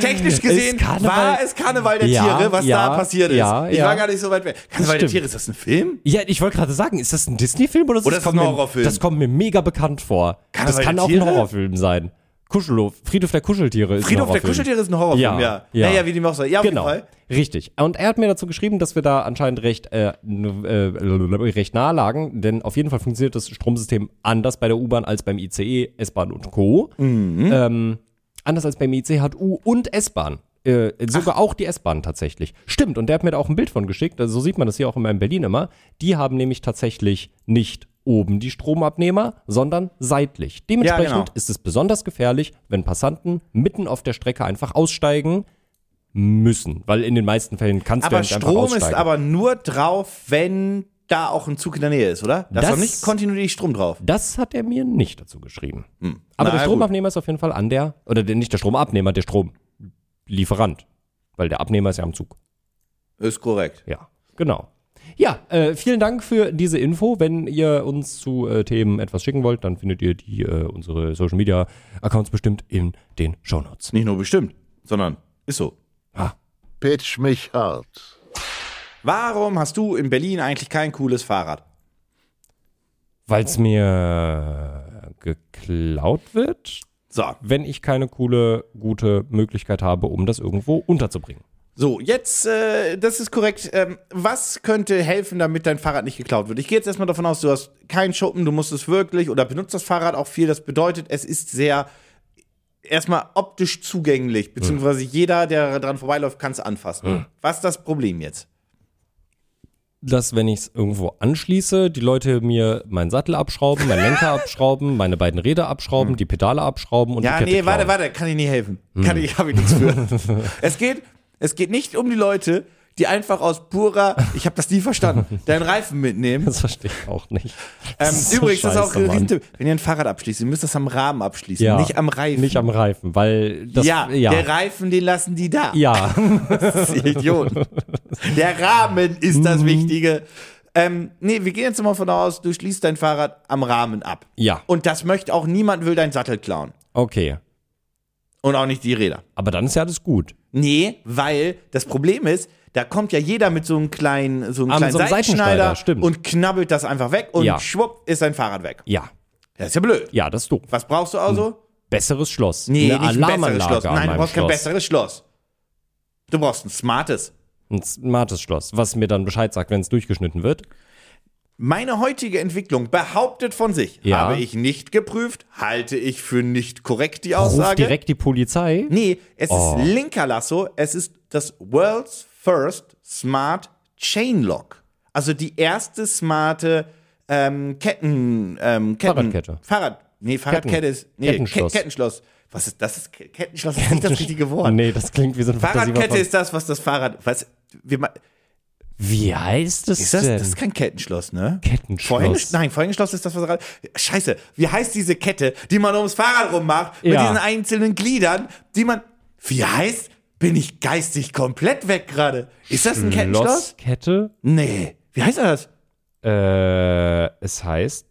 B: Technisch gesehen
C: Ist Karneval-
B: war es Karneval der
C: Ja,
B: Tiere, was
C: ja,
B: da passiert ist.
C: ja,
B: ich
C: ja.
B: war gar nicht so weit weg. Karneval der
C: stimmt.
B: Tiere, ist das ein Film?
C: Ja, ich wollte gerade sagen, ist das ein Disney-Film oder,
B: Oder ist das
C: kommt
B: ein
C: mir-
B: Horrorfilm?
C: Das kommt mir mega bekannt vor.
B: Kann
C: das
B: aber
C: kann
B: die
C: auch ein
B: Tiere?
C: Horrorfilm sein. Kuschelhof, Friedhof der Kuscheltiere ist
B: Friedhof der
C: ein Horrorfilm.
B: Kuscheltiere ist ein Horrorfilm, ja.
C: Ja, ja.
B: Naja, wie die auch so. Ja, auf
C: Genau,
B: jeden Fall.
C: richtig. Und er hat mir dazu geschrieben, dass wir da anscheinend recht, äh, n- äh, recht nahe lagen, denn auf jeden Fall funktioniert das Stromsystem anders bei der U-Bahn als beim ICE, S-Bahn und Co.
B: Mhm.
C: Ähm, anders als beim ICE hat U- und S-Bahn. Äh, sogar auch die S-Bahn tatsächlich. Stimmt, und der hat mir da auch ein Bild von geschickt, also so sieht man das hier auch immer in Berlin immer. Die haben nämlich tatsächlich nicht oben die Stromabnehmer, sondern seitlich. Dementsprechend
B: genau.
C: ist es besonders gefährlich, wenn Passanten mitten auf der Strecke einfach aussteigen müssen, weil in den meisten Fällen kannst du ja
B: Aber
C: nicht einfach
B: Strom
C: aussteigen.
B: ist aber nur drauf, wenn da auch ein Zug in der Nähe ist, oder? Da ist
C: Das-
B: doch nicht kontinuierlich Strom drauf.
C: das hat er mir nicht dazu geschrieben. Aber
B: Hm. Na ja,
C: der Stromabnehmer ist auf jeden Fall an der, oder der, nicht der Stromabnehmer, der Stromlieferant. Weil der Abnehmer ist ja am Zug.
B: Ist korrekt.
C: Ja, genau. Ja, äh, vielen Dank für diese Info. Wenn ihr uns zu äh, Themen etwas schicken wollt, dann findet ihr die, äh, unsere Social Media Accounts bestimmt in den Shownotes.
B: Nicht nur bestimmt, sondern ist so.
A: Pitch mich hart.
B: Warum hast du in Berlin eigentlich kein cooles Fahrrad?
C: Weil es mir geklaut wird,
B: So,
C: wenn ich keine coole, gute Möglichkeit habe, um das irgendwo unterzubringen.
B: So, jetzt, äh, das ist korrekt. Ähm, was könnte helfen, damit dein Fahrrad nicht geklaut wird? Ich gehe jetzt erstmal davon aus, du hast keinen Schuppen, du musst es wirklich oder benutzt das Fahrrad auch viel. Das bedeutet, es ist sehr erstmal optisch zugänglich, beziehungsweise jeder, der dran vorbeiläuft, kann es anfassen. Was ist das Problem jetzt?
C: dass, wenn ich es irgendwo anschließe, die Leute mir meinen Sattel abschrauben, meinen Lenker abschrauben, meine beiden Räder abschrauben, die Pedale abschrauben und
B: Hm. Ja,
C: die Kette
B: nee, warte,
C: klauen.
B: warte, kann ich nicht helfen. Kann ich, habe ich nichts für. es geht, es geht nicht um die Leute, die einfach aus purer, ich habe das nie verstanden, deinen Reifen mitnehmen.
C: Das verstehe ich auch nicht.
B: Ähm,
C: so
B: übrigens, das ist auch
C: scheiße,
B: ein
C: Mann.
B: Riesentipp. Wenn ihr ein Fahrrad abschließt, ihr müsst das am Rahmen abschließen,
C: Ja.
B: nicht am Reifen.
C: Nicht am Reifen, weil das.
B: ja,
C: ja.
B: der Reifen, den lassen die da.
C: ja.
B: Die Idioten. Der Rahmen ist
C: Mhm.
B: das Wichtige. Ähm, nee, wir gehen jetzt mal von aus, du schließt dein Fahrrad am Rahmen ab.
C: Ja.
B: Und das möchte auch niemand, will deinen Sattel klauen.
C: Okay.
B: Und auch nicht die Räder.
C: Aber dann ist ja alles gut.
B: Nee, weil das Problem ist, da kommt ja jeder mit so einem kleinen, so einem
C: Ah, mit
B: kleinen
C: so einem
B: Seitenschneider,
C: Seitenschneider, stimmt.
B: und knabbelt das einfach weg und
C: Ja.
B: schwupp ist sein Fahrrad weg.
C: Ja.
B: Das ist ja blöd.
C: Ja, das ist doof.
B: Was brauchst du also?
C: Besseres Schloss.
B: Nee,
C: Eine
B: nicht ein besseres
C: Alarmanlage
B: Schloss.
C: an
B: Nein, du
C: meinem
B: brauchst kein
C: Schloss.
B: besseres Schloss. Du brauchst ein smartes.
C: Ein smartes Schloss, was mir dann Bescheid sagt, wenn es durchgeschnitten wird.
B: Meine heutige Entwicklung behauptet von sich,
C: Ja.
B: habe ich nicht geprüft, halte ich für nicht korrekt die
C: Ruf
B: Aussage.
C: direkt die Polizei.
B: Nee, es
C: Oh.
B: ist linker Lasso, es ist das World's First Smart Chain Lock. Also die erste smarte ähm, Ketten, ähm, Ketten.
C: Fahrradkette.
B: Fahrrad. Nee, Fahrradkette
C: Ketten.
B: ist. Nee,
C: Kettenschloss.
B: Ke Kettenschloss. Was ist das? Ist Ke- Kettenschloss ist nicht das richtige Wort.
C: Nee, das klingt wie so ein
B: Fahrradkette
C: Fantasiewort.
B: ist das, was das Fahrrad. Was, wir, ma-
C: Wie heißt es
B: ist das,
C: denn?
B: das ist kein Kettenschloss, ne?
C: Kettenschloss.
B: Vorhängeschloss? Nein, Vorhängeschloss ist das, was. Scheiße, wie heißt diese Kette, die man ums Fahrrad rummacht, mit
C: Ja.
B: diesen einzelnen Gliedern, die man. Wie heißt? Bin ich geistig komplett weg gerade? Ist das ein Kettenschloss?
C: Schlosskette?
B: Nee. Wie heißt das?
C: Äh, es heißt,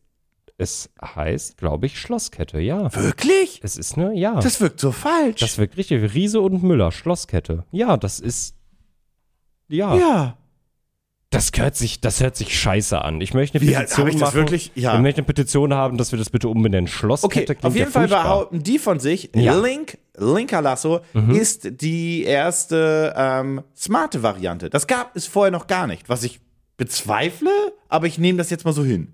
C: es heißt, glaube ich, Schlosskette, ja.
B: Wirklich?
C: Es ist eine, ja. Das,
B: Das wirkt so falsch.
C: wirkt richtig. Riese und Müller, Schlosskette. Ja, das ist. Ja.
B: ja.
C: Das hört sich, das hört sich scheiße an. Ich möchte eine
B: Wie,
C: Petition
B: hab ich das
C: machen.
B: wirklich? Ja.
C: Ich möchte eine Petition haben, dass wir das bitte umbenennen.
B: Okay,
C: Schlosskette klingt
B: auf jeden
C: ja
B: Fall
C: furchtbar.
B: behaupten die von sich,
C: Ja. Mhm.
B: Link, Linker Lasso ist die erste ähm, smarte Variante. Das gab es vorher noch gar nicht, was ich bezweifle, aber ich nehme das jetzt mal so hin.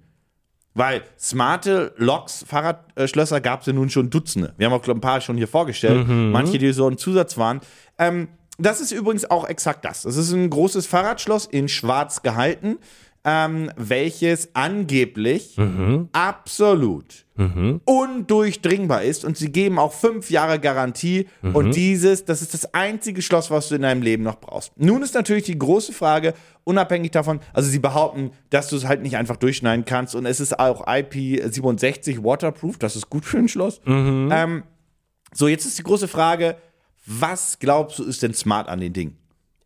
B: Weil smarte Loks, Fahrradschlösser gab es ja nun schon Dutzende. Wir haben auch glaub, ein paar schon hier vorgestellt,
C: Mhm.
B: manche, die so ein Zusatz waren. Ähm, das ist übrigens auch exakt das. Es ist ein großes Fahrradschloss in schwarz gehalten, ähm, welches angeblich
C: Mhm.
B: absolut undurchdringbar ist und sie geben auch fünf Jahre Garantie und dieses, das ist das einzige Schloss, was du in deinem Leben noch brauchst. Nun ist natürlich die große Frage, unabhängig davon, also sie behaupten, dass du es halt nicht einfach durchschneiden kannst und es ist auch IP67 waterproof, das ist gut für ein Schloss. Ähm, so, jetzt ist die große Frage, was glaubst du ist denn smart an den Dingen?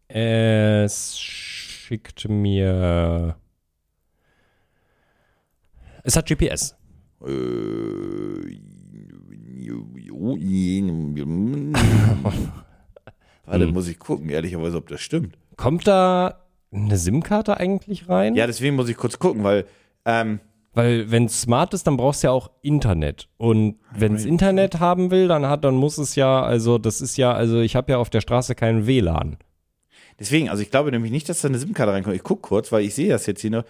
C: Es schickt mir. Es hat GPS.
B: Warte, muss ich gucken, ehrlicherweise, ob das stimmt.
C: Kommt da eine SIM-Karte eigentlich rein?
B: Ja, deswegen muss ich kurz gucken, weil ähm,
C: Weil wenn es smart ist, dann brauchst du ja auch Internet. Und wenn es Internet haben will, dann hat, dann muss es ja, also das ist ja, also ich habe ja auf der Straße keinen WLAN.
B: Deswegen, also ich glaube nämlich nicht, dass da eine SIM-Karte reinkommt. Ich gucke kurz, weil ich sehe das jetzt hier noch.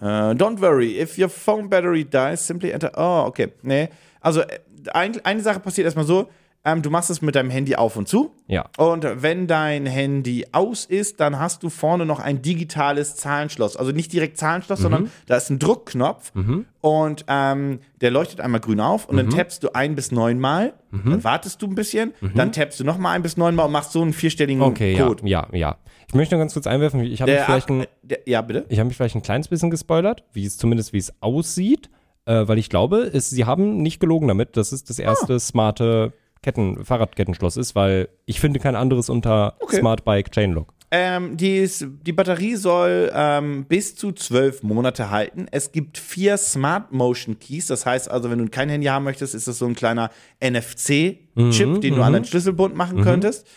B: Äh, don't worry, if your phone battery dies, simply enter. Oh, okay. Nee. Also äh, ein, eine Sache passiert erstmal so: ähm, Du machst es mit deinem Handy auf und zu.
C: Ja.
B: Und wenn dein Handy aus ist, dann hast du vorne noch ein digitales Zahlenschloss. Also nicht direkt Zahlenschloss,
C: Mhm.
B: sondern da ist ein Druckknopf und ähm, der leuchtet einmal grün auf
C: Mhm.
B: und dann tappst du ein bis neun Mal, dann wartest du ein bisschen, dann tappst du nochmal ein bis neun Mal und machst so einen vierstelligen
C: Mhm. Okay, ja,
B: Code.
C: ja, ja. Ich möchte noch ganz kurz einwerfen, ich habe mich
B: Der,
C: vielleicht
B: Ab-
C: ein,
B: der, ja, bitte?
C: ich habe mich vielleicht ein kleines bisschen gespoilert, wie es zumindest wie es aussieht, äh, weil ich glaube, es, sie haben nicht gelogen damit, dass es das
B: Ah.
C: erste smarte Ketten, Fahrradkettenschloss ist, weil ich finde kein anderes unter
B: Okay.
C: Smart Bike Chainlock.
B: Ähm, die, ist, die Batterie soll ähm, bis zu zwölf Monate halten. Es gibt vier Smart Motion Keys. Das heißt also, wenn du kein Handy haben möchtest, ist das Mhm, so ein kleiner NFC-Chip, den du an deinen Schlüsselbund machen könntest.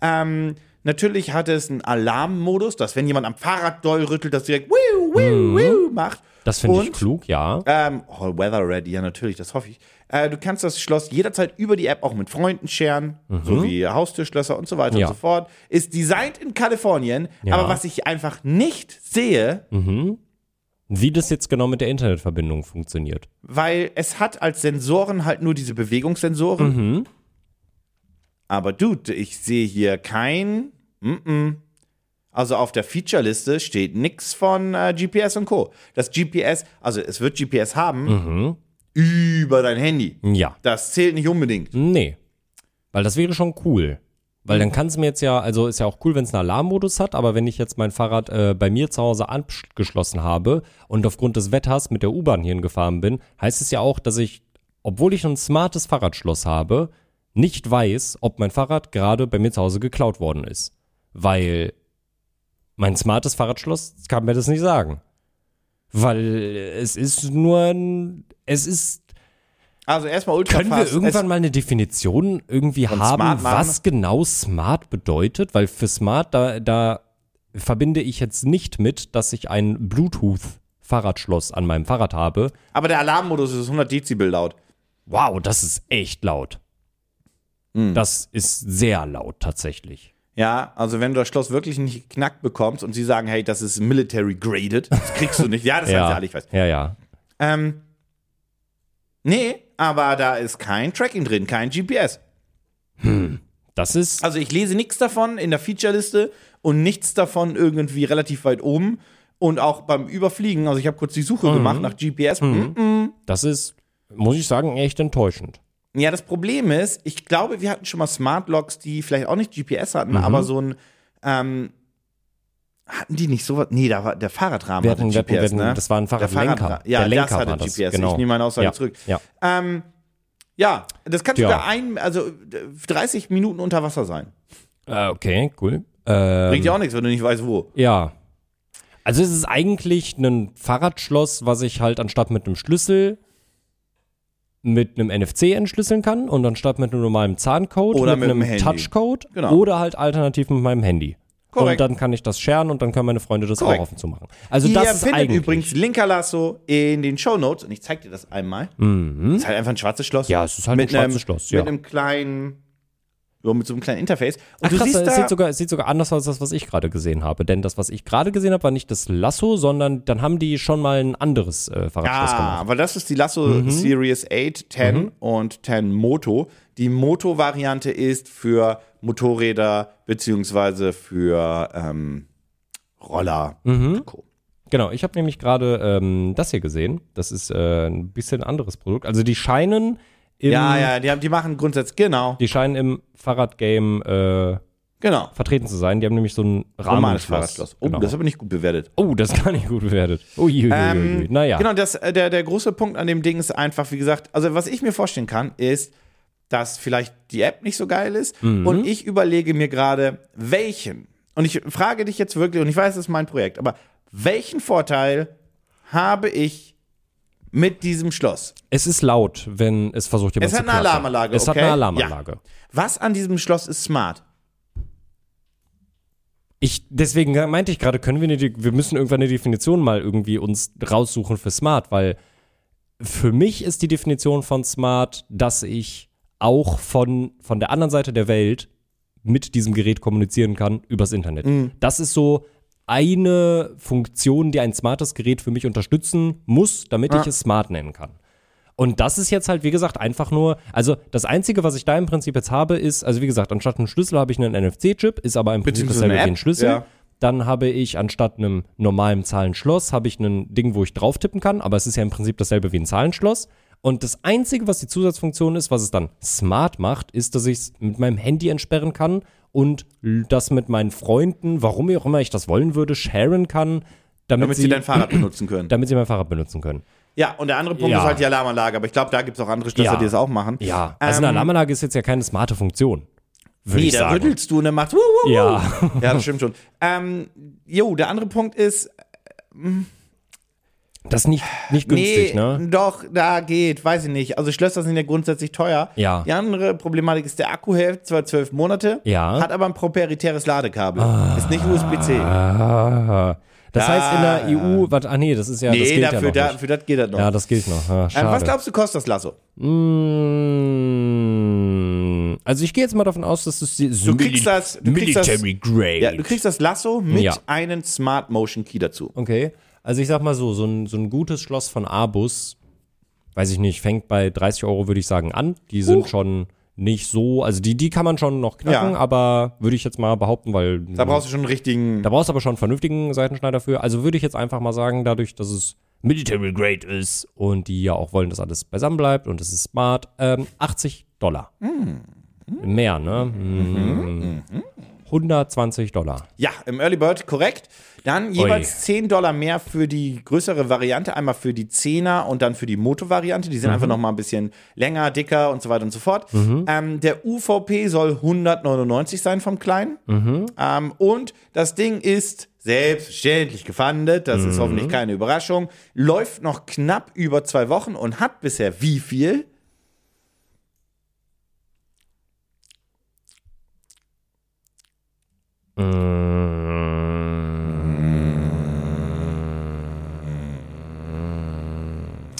B: Ähm, Natürlich hat es einen Alarmmodus, dass wenn jemand am Fahrrad doll rüttelt, das direkt wiu, wiu, wiu macht.
C: Das finde ich
B: Und,
C: klug, ja.
B: Ähm, All Weather Ready, ja natürlich, das hoffe ich. Äh, du kannst das Schloss jederzeit über die App auch mit Freunden scheren, so wie Haustürschlösser und so weiter
C: Mhm. Ja.
B: und so fort. Ist designed in Kalifornien,
C: Ja. Mhm.
B: aber was ich einfach nicht sehe,
C: Wie das jetzt genau mit der Internetverbindung funktioniert.
B: weil es hat als Sensoren halt nur diese Bewegungssensoren.
C: Mhm.
B: Aber dude, ich sehe hier kein. Mm-mm. Also auf der Featureliste steht nichts von äh, GPS und Co. Das GPS, also es wird GPS haben
C: Mhm.
B: über dein Handy.
C: Ja.
B: Das zählt nicht unbedingt.
C: Nee. Weil das wäre schon cool. Weil dann kann es mir jetzt ja, also ist ja auch cool, wenn es einen Alarmmodus hat, aber wenn ich jetzt mein Fahrrad äh, bei mir zu Hause angeschlossen habe und aufgrund des Wetters mit der U-Bahn hierhin gefahren bin, heißt es ja auch, dass ich, obwohl ich ein smartes Fahrradschloss habe, nicht weiß, ob mein Fahrrad gerade bei mir zu Hause geklaut worden ist. Weil mein smartes Fahrradschloss kann mir das nicht sagen. Weil es ist nur ein, es ist
B: Also erstmal ultra
C: können wir
B: fast.
C: irgendwann mal eine Definition irgendwie haben,
B: smart machen?
C: was genau smart bedeutet? Weil für smart, da, da verbinde ich jetzt nicht mit, dass ich ein Bluetooth-Fahrradschloss an meinem Fahrrad habe.
B: es, aber der Alarmmodus ist 100 Dezibel laut.
C: Wow, das ist echt laut.
B: Hm.
C: Das ist sehr laut tatsächlich.
B: Ja, also wenn du das Schloss wirklich nicht knackt bekommst und sie sagen, hey, das ist military graded, das kriegst du nicht. Ja, das haben sie alle, ich weiß.
C: ja, ja.
B: Ähm, nee, aber da ist kein Tracking drin, kein GPS.
C: Das ist,
B: Also ich lese nichts davon in der Featureliste und nichts davon irgendwie relativ weit oben. Und auch beim Überfliegen, also ich habe kurz die Suche gemacht nach GPS. Mhm.
C: das ist, muss ich sagen, echt enttäuschend.
B: Ja, das Problem ist, ich glaube, wir hatten schon mal Smart Locks, die vielleicht auch nicht GPS
C: Mhm.
B: hatten, aber so ein ähm, hatten die nicht sowas? Nee, da war der Fahrradrahmen
C: Wir hatten-
B: hatte
C: wir hatten- wir
B: GPS,
C: hatten-
B: ne?
C: das war ein Fahrradlenker.
B: Fahrradra- Ja,
C: Der Lenker
B: das hatte
C: war das,
B: GPS.
C: genau.
B: Ich nehme meine Aussage
C: Ja,
B: zurück.
C: ja.
B: Ähm, ja, das kann
C: Tja.
B: sogar ein, also äh, 30 Minuten unter Wasser sein.
C: Äh, okay, cool. Äh,
B: Bringt ja auch nichts, wenn du nicht weißt, wo.
C: Ja. Also es ist eigentlich ein Fahrradschloss, was ich halt anstatt mit einem Schlüssel mit einem NFC entschlüsseln kann und anstatt mit einem normalen Zahncode
B: Oder mit
C: einem
B: dem Handy.
C: Touchcode
B: Genau.
C: oder halt alternativ mit meinem Handy.
B: Korrekt.
C: Und dann kann ich das scheren und dann können meine Freunde das
B: Korrekt.
C: auch offen zu machen. Also
B: Ihr
C: das ist
B: findet
C: eigentlich
B: übrigens Linkerlasso in den Shownotes und ich zeig dir das einmal. Das ist halt einfach ein schwarzes Schloss.
C: Mhm. Ja, es ist halt
B: mit
C: ein schwarzes
B: einem,
C: Schloss, ja.
B: Mit einem kleinen, ja, mit so einem kleinen Interface. Und
C: Ach,
B: du
C: krass,
B: siehst
C: es
B: da,
C: sieht sogar, es sieht sogar anders aus als das, was ich gerade gesehen habe. Denn das, was ich gerade gesehen habe, war nicht das Lasso, sondern dann haben die schon mal ein anderes äh, Fahrradschloss
B: Ah,
C: gemacht. Mhm.
B: aber das ist die Lasso Series 8, 10 und 10 Moto. Die Moto-Variante ist für Motorräder beziehungsweise für ähm, Roller. und Co.
C: Genau, ich habe nämlich gerade ähm, das hier gesehen. Das ist äh, ein bisschen anderes Produkt. Also die scheinen im,
B: Ja, ja, die, haben, die machen grundsätzlich, genau,
C: Die scheinen im Fahrradgame äh,
B: genau.
C: vertreten zu sein. Die haben nämlich so ein
B: Romanes
C: Rahmenschloss.
B: Fahrradschloss. Oh,
C: Genau.
B: das ist aber nicht gut bewertet.
C: Oh, das ist gar nicht gut bewertet. Uiuiui.
B: Ähm,
C: naja.
B: Genau, das, äh, der, der große Punkt an dem Ding ist einfach, wie gesagt, also was ich mir vorstellen kann, ist, dass vielleicht die App nicht so geil ist
C: Mhm.
B: und ich überlege mir gerade, welchen, und ich frage dich jetzt wirklich, und ich weiß, das ist mein Projekt, aber welchen Vorteil habe ich mit diesem Schloss?
C: Es ist laut, wenn es versucht,
B: Es
C: jemand zu
B: hat eine
C: knacken.
B: Alarmanlage,
C: Es hat
B: okay?
C: eine Alarmanlage.
B: Ja. Was an diesem Schloss ist smart?
C: Ich, deswegen meinte ich gerade, können wir eine, wir müssen irgendwann eine Definition mal irgendwie uns raussuchen für smart, weil für mich ist die Definition von smart, dass ich auch von, von der anderen Seite der Welt mit diesem Gerät kommunizieren kann übers Internet.
B: Mhm.
C: Das ist so eine Funktion, die ein smartes Gerät für mich unterstützen muss, damit ich es smart nennen kann. Und das ist jetzt halt, wie gesagt, einfach nur, also das Einzige, was ich da im Prinzip jetzt habe, ist, also wie gesagt, anstatt einem Schlüssel habe ich einen NFC-Chip, ist aber im Prinzip
B: Beziehungsweise
C: dasselbe wie
B: eine
C: ein
B: App,
C: Schlüssel.
B: ja.
C: Dann habe ich anstatt einem normalen Zahlenschloss, habe ich ein Ding, wo ich drauf tippen kann, aber es ist ja im Prinzip dasselbe wie ein Zahlenschloss. Und das Einzige, was die Zusatzfunktion ist, was es dann smart macht, ist, dass ich es mit meinem Handy entsperren kann und l- das mit meinen Freunden, warum auch immer ich das wollen würde, sharen kann, damit,
B: Damit
C: sie,
B: sie dein Fahrrad benutzen können.
C: damit sie mein Fahrrad benutzen können.
B: Ja, und der andere Punkt
C: Ja.
B: ist halt die Alarmanlage, aber ich glaube, da gibt es auch andere Schlösser,
C: Ja.
B: die das auch machen.
C: Ja, also eine Alarmanlage ist jetzt ja keine smarte Funktion.
B: Ähm.
C: Würde
B: Nee,
C: ich
B: Ähm, da
C: sagen.
B: rüttelst du und dann macht. wuh, wuh, wuh.
C: Ja.
B: ja, das stimmt schon. Ähm, jo, der andere Punkt ist,
C: Das ist nicht, nicht günstig,
B: nee,
C: ne?
B: Doch, da geht, weiß ich nicht. Also Schlösser sind ja grundsätzlich teuer.
C: Ja.
B: Die andere Problematik ist, der Akku hält zwar zwölf Monate,
C: Ja.
B: hat aber ein proprietäres Ladekabel. Ist nicht USB-C.
C: Ah. Das heißt in der EU, was, ah nee, das ist ja, das
B: nee,
C: gilt
B: dafür,
C: ja
B: da,
C: noch nicht.
B: für das geht das noch.
C: Ja, das gilt noch. Ah,
B: ähm, was
C: schade.
B: glaubst du, kostet das Lasso?
C: Mm, also ich gehe jetzt mal davon aus, dass das die
B: Du kriegst das- du kriegst das-
C: Military Grade.
B: Ja, du kriegst das Lasso mit
C: Ja.
B: einem Smart Motion Key dazu.
C: Okay. Also ich sag mal so, so ein, so ein gutes Schloss von Abus, weiß ich nicht, fängt bei 30 Euro, würde ich sagen, an. Die sind schon nicht so, also die, die kann man schon noch knacken,
B: Ja.
C: aber würde ich jetzt mal behaupten, weil
B: Da brauchst du schon einen richtigen.
C: da brauchst du aber schon einen vernünftigen Seitenschneider für. Also würde ich jetzt einfach mal sagen, dadurch, dass es Military Grade ist und die ja auch wollen, dass alles beisammen bleibt und es ist smart, ähm, 80 Dollar. Mehr, ne? Mm. 120 Dollar.
B: Ja, im Early Bird, korrekt. Dann jeweils 10 Dollar mehr für die größere Variante, einmal für die 10er und dann für die Moto-Variante. Die sind einfach noch mal ein bisschen länger, dicker und so weiter und so fort. Ähm, der UVP soll 199 sein vom Kleinen. Ähm, und das Ding ist selbstverständlich gefandet, das ist hoffentlich keine Überraschung, läuft noch knapp über zwei Wochen und hat bisher wie viel?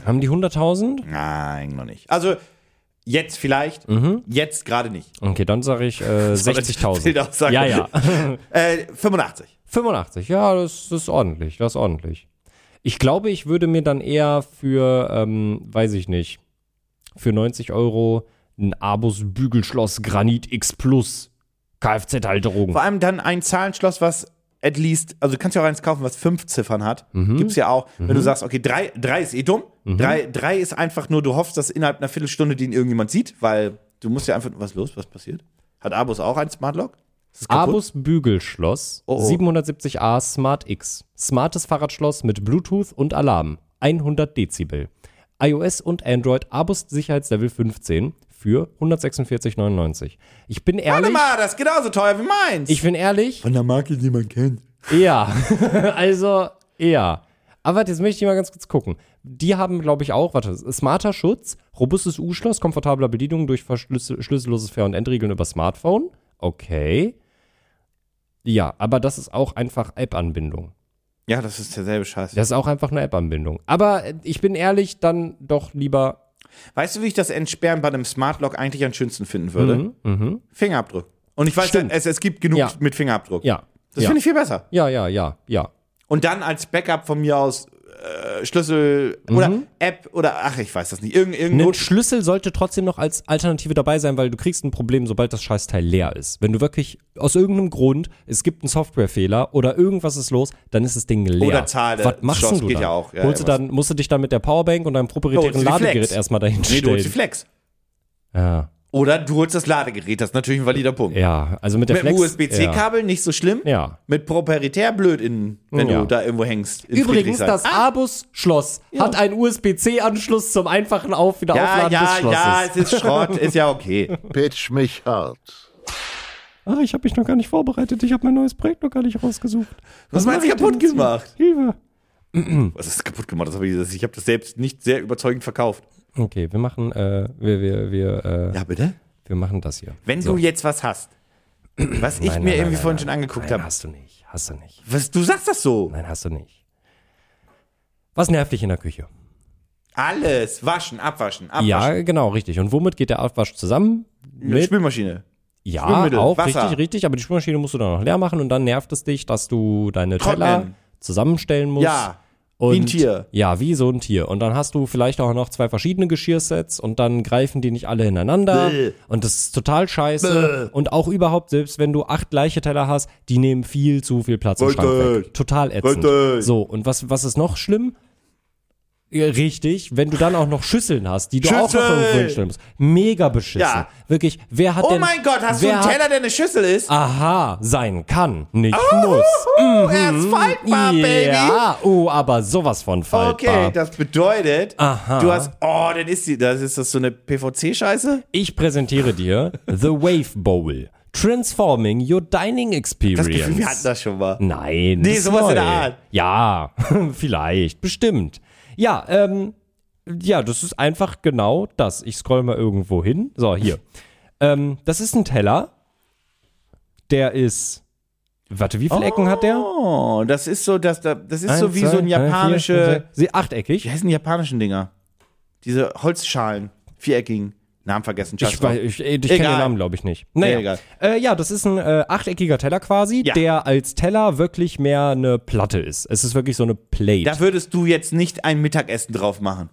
C: Haben die 100.000?
B: Nein, noch nicht. Also jetzt vielleicht, jetzt gerade nicht.
C: Okay, dann sage ich äh,
B: war eine
C: 60.000.
B: Bildaussage.
C: Ja, ja.
B: Äh, 85.
C: 85, ja, das, das ist ordentlich, das ist ordentlich. Ich glaube, ich würde mir dann eher für, ähm, weiß ich nicht, für 90 Euro ein Abus Bügelschloss Granit X Plus halt Kfz-Halterung.
B: Vor allem dann ein Zahlenschloss, was at least, also du kannst ja auch eins kaufen, was fünf Ziffern hat. Gibt's ja auch, wenn du sagst, okay, drei, drei ist eh dumm. Drei, drei ist einfach nur, du hoffst, dass innerhalb einer Viertelstunde den irgendjemand sieht, weil du musst ja einfach, was ist los, was passiert? Hat Abus auch ein Smart Lock? Ist es kaputt?
C: Abus Bügelschloss
B: Oh, oh.
C: 770A Smart X. Smartes Fahrradschloss mit Bluetooth und Alarm. 100 Dezibel. iOS und Android Abus Sicherheitslevel 15 für 146,99. Ich bin
B: Warte
C: ehrlich,
B: mal, das ist genauso teuer wie meins.
C: ich bin ehrlich,
B: Von der Marke, die man kennt.
C: Ja, also ja. Aber warte, jetzt möchte ich mal ganz kurz gucken. Die haben, glaube ich, auch, warte, smarter Schutz, robustes U-Schloss, komfortabler Bedienung durch verschlüsselloses Ver- und Endregeln über Smartphone. Okay. Ja, aber das ist auch einfach App-Anbindung.
B: Ja, das ist derselbe Scheiß.
C: Das ist auch einfach eine App-Anbindung. Aber äh, ich bin ehrlich, dann doch lieber.
B: Weißt du, wie ich das Entsperren bei einem Smart Lock eigentlich am schönsten finden würde? Fingerabdruck. Und ich weiß,
C: Mhm, Stimmt.
B: es, es gibt genug
C: Ja.
B: mit Fingerabdruck.
C: Ja.
B: Das
C: ja.
B: finde ich viel besser.
C: Ja, ja, ja, ja.
B: Und dann als Backup von mir aus äh, Schlüssel oder
C: Mhm.
B: App oder ach, ich weiß das nicht. Irgend, irgend
C: Ein
B: Not
C: Schlüssel sollte trotzdem noch als Alternative dabei sein, weil du kriegst ein Problem, sobald das Scheißteil leer ist. Wenn du wirklich aus irgendeinem Grund, es gibt einen Softwarefehler oder irgendwas ist los, dann ist das Ding leer.
B: Oder Zahl,
C: Was
B: äh,
C: machst
B: Chance
C: du
B: geht
C: dann?
B: ja auch. Ja,
C: Holst du
B: ja,
C: dann musst du dich dann mit der Powerbank und deinem
B: Ja,
C: proprietären
B: holst du die
C: Ladegerät
B: Flex.
C: erstmal
B: nee, du holst die
C: dahinstellen.
B: Flex.
C: ja.
B: Oder du holst das Ladegerät, das ist natürlich ein valider Punkt.
C: ja, also mit der
B: Mit dem
C: Flex. ja.
B: USB-C-Kabel nicht so schlimm.
C: ja.
B: Mit proprietär blöd in, wenn
C: Ja.
B: du da irgendwo hängst. in
C: Übrigens,
B: Friedrichshain.
C: das Abus-Schloss hat einen USB-C-Anschluss zum einfachen Auf- wieder
B: ja,
C: Aufladen des
B: ja,
C: Schlosses.
B: ja, es ist Schrott, ist ja okay.
A: Pitch mich hart.
C: Ah, ich habe mich noch gar nicht vorbereitet. Ich habe mein neues Projekt noch gar nicht rausgesucht.
B: Was
C: mach
B: meinst du
C: ich denn
B: kaputt
C: jetzt?
B: gemacht?
C: Hilfe.
B: Was ist kaputt gemacht? Das hab ich ich habe das selbst nicht sehr überzeugend verkauft.
C: Okay, wir machen, äh, wir, wir, wir, äh,
B: Ja, bitte?
C: wir machen das hier.
B: Wenn du jetzt was hast, was ich
C: Nein,
B: mir irgendwie
C: nein, nein,
B: vorhin
C: nein,
B: schon angeguckt
C: Nein,
B: habe.
C: hast du nicht, hast du nicht.
B: Was, du sagst das so.
C: Nein, hast du nicht. Was nervt dich in der Küche?
B: Alles. Waschen, abwaschen, abwaschen.
C: Ja, genau, richtig. Und womit geht der Abwasch zusammen?
B: Mit
C: Mit,
B: Spülmaschine.
C: ja,
B: Spülmittel,
C: auch
B: Wasser.
C: richtig, richtig. Aber die Spülmaschine musst du dann noch leer machen und dann nervt es dich, dass du deine
B: Trocknen.
C: Teller zusammenstellen musst.
B: Ja.
C: Und,
B: wie ein Tier.
C: Ja, wie so ein Tier. Und dann hast du vielleicht auch noch zwei verschiedene Geschirrsets und dann greifen die nicht alle ineinander.
B: Bäh.
C: Und das ist total scheiße. Und auch überhaupt, selbst wenn du acht gleiche Teller hast, die nehmen viel zu viel Platz im Schrank
B: Richtig.
C: weg. Total ätzend.
B: Richtig.
C: So, und was, was ist noch schlimm? Ja, Richtig, wenn du dann auch noch Schüsseln hast, die du auch noch
B: Schüssel.
C: irgendwo hinstellen musst. Mega beschissen.
B: Ja.
C: Wirklich, wer hat
B: Oh
C: denn...
B: mein Gott, hast du
C: wer
B: einen
C: hat-
B: Teller, der eine Schüssel ist?
C: Aha, sein kann, nicht muss.
B: Uh, er ist faltbar, Baby.
C: Mhm. Ja, oh, aber sowas von faltbar.
B: Okay, das bedeutet,
C: Aha.
B: du hast, oh, dann ist die, das ist das so eine PVC-Scheiße?
C: Ich präsentiere dir The Wave Bowl. Transforming your dining
B: Das Gefühl, wir hatten
C: experience.
B: das schon mal.
C: Nein.
B: Nee,
C: das ist
B: sowas in
C: neu.
B: der Art.
C: Ja, vielleicht, bestimmt. Ja, ähm, ja, das ist einfach genau das. Ich scroll mal irgendwo hin. So, hier. ähm, das ist ein Teller. Der ist. Warte, wie viele Ecken hat der?
B: Oh, das ist so, das, das ist
C: Eins,
B: so wie
C: zwei,
B: so ein
C: drei, vier, fünf,
B: japanische.
C: sechs- Sie- Achteckig.
B: Wie heißen die japanischen Dinger? Diese Holzschalen, viereckigen. Namen vergessen,
C: Ich, weiß- ich, ich kenne den
B: Egal.
C: Namen, glaube ich, nicht. Naja,
B: Nee, egal.
C: Äh, ja, das ist ein äh, achteckiger Teller quasi,
B: Ja.
C: der als Teller wirklich mehr eine Platte ist. Es ist wirklich so eine Plate.
B: Da würdest du jetzt nicht ein Mittagessen drauf machen.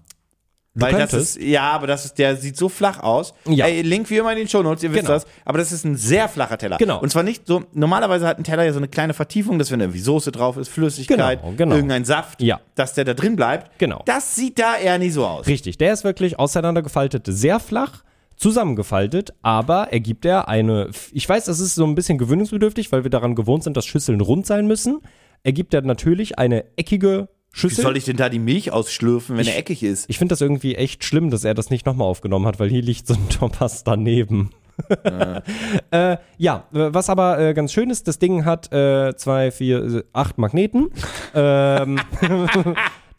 B: Weil das
C: könntest.
B: ist, ja, aber das ist, der sieht so flach aus.
C: Ja.
B: Ey, Link wie immer in den Shownotes, ihr wisst
C: Genau.
B: das. Aber das ist ein sehr flacher Teller.
C: Genau.
B: Und zwar nicht so, normalerweise hat ein Teller ja so eine kleine Vertiefung, dass wenn da irgendwie Soße drauf ist, Flüssigkeit,
C: Genau, genau.
B: irgendein Saft,
C: Ja.
B: dass der da drin bleibt.
C: Genau.
B: Das sieht da eher nicht so aus.
C: Richtig, der ist wirklich auseinandergefaltet, sehr flach, zusammengefaltet, aber ergibt er eine. Ich weiß, das ist so ein bisschen gewöhnungsbedürftig, weil wir daran gewohnt sind, dass Schüsseln rund sein müssen. Ergibt er natürlich eine eckige
B: Wie
C: Schüssel.
B: soll ich denn da die Milch ausschlürfen, wenn er eckig ist?
C: Ich finde das irgendwie echt schlimm, dass er das nicht nochmal aufgenommen hat, weil hier liegt so ein Topas daneben. äh, ja, äh, was aber äh, ganz schön ist, das Ding hat äh, zwei, vier, äh, acht Magneten. Ähm,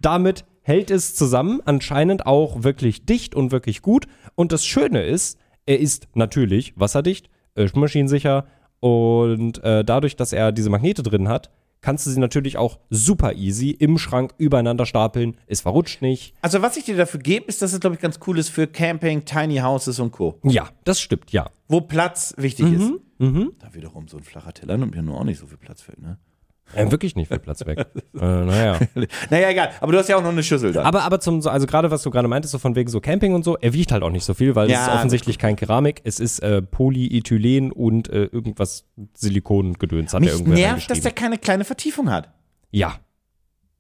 C: damit hält es zusammen, anscheinend auch wirklich dicht und wirklich gut. Und das Schöne ist, er ist natürlich wasserdicht, äh, maschinensicher und äh, dadurch, dass er diese Magnete drin hat, kannst du sie natürlich auch super easy im Schrank übereinander stapeln. Es verrutscht nicht.
B: Also, was ich dir dafür gebe, ist, dass es, glaube ich, ganz cool ist für Camping, Tiny Houses und Co.
C: Ja, das stimmt, ja.
B: Wo Platz wichtig
C: Mhm,
B: ist. Da wiederum so ein flacher Teller nimmt ja nur auch nicht so viel Platz weg, ne?
C: Äh, wirklich nicht viel Platz weg. äh, naja.
B: Naja, egal. Aber du hast ja auch noch eine Schüssel da.
C: Aber, aber zum, so- also gerade was du gerade meintest, so von wegen so Camping und so, er wiegt halt auch nicht so viel, weil
B: Ja,
C: es ist offensichtlich kein Keramik, es ist äh, Polyethylen und äh, irgendwas Silikongedöns hat er
B: Mich
C: irgendwer
B: nervt, dass
C: reingeschrieben.
B: der keine kleine Vertiefung hat.
C: Ja.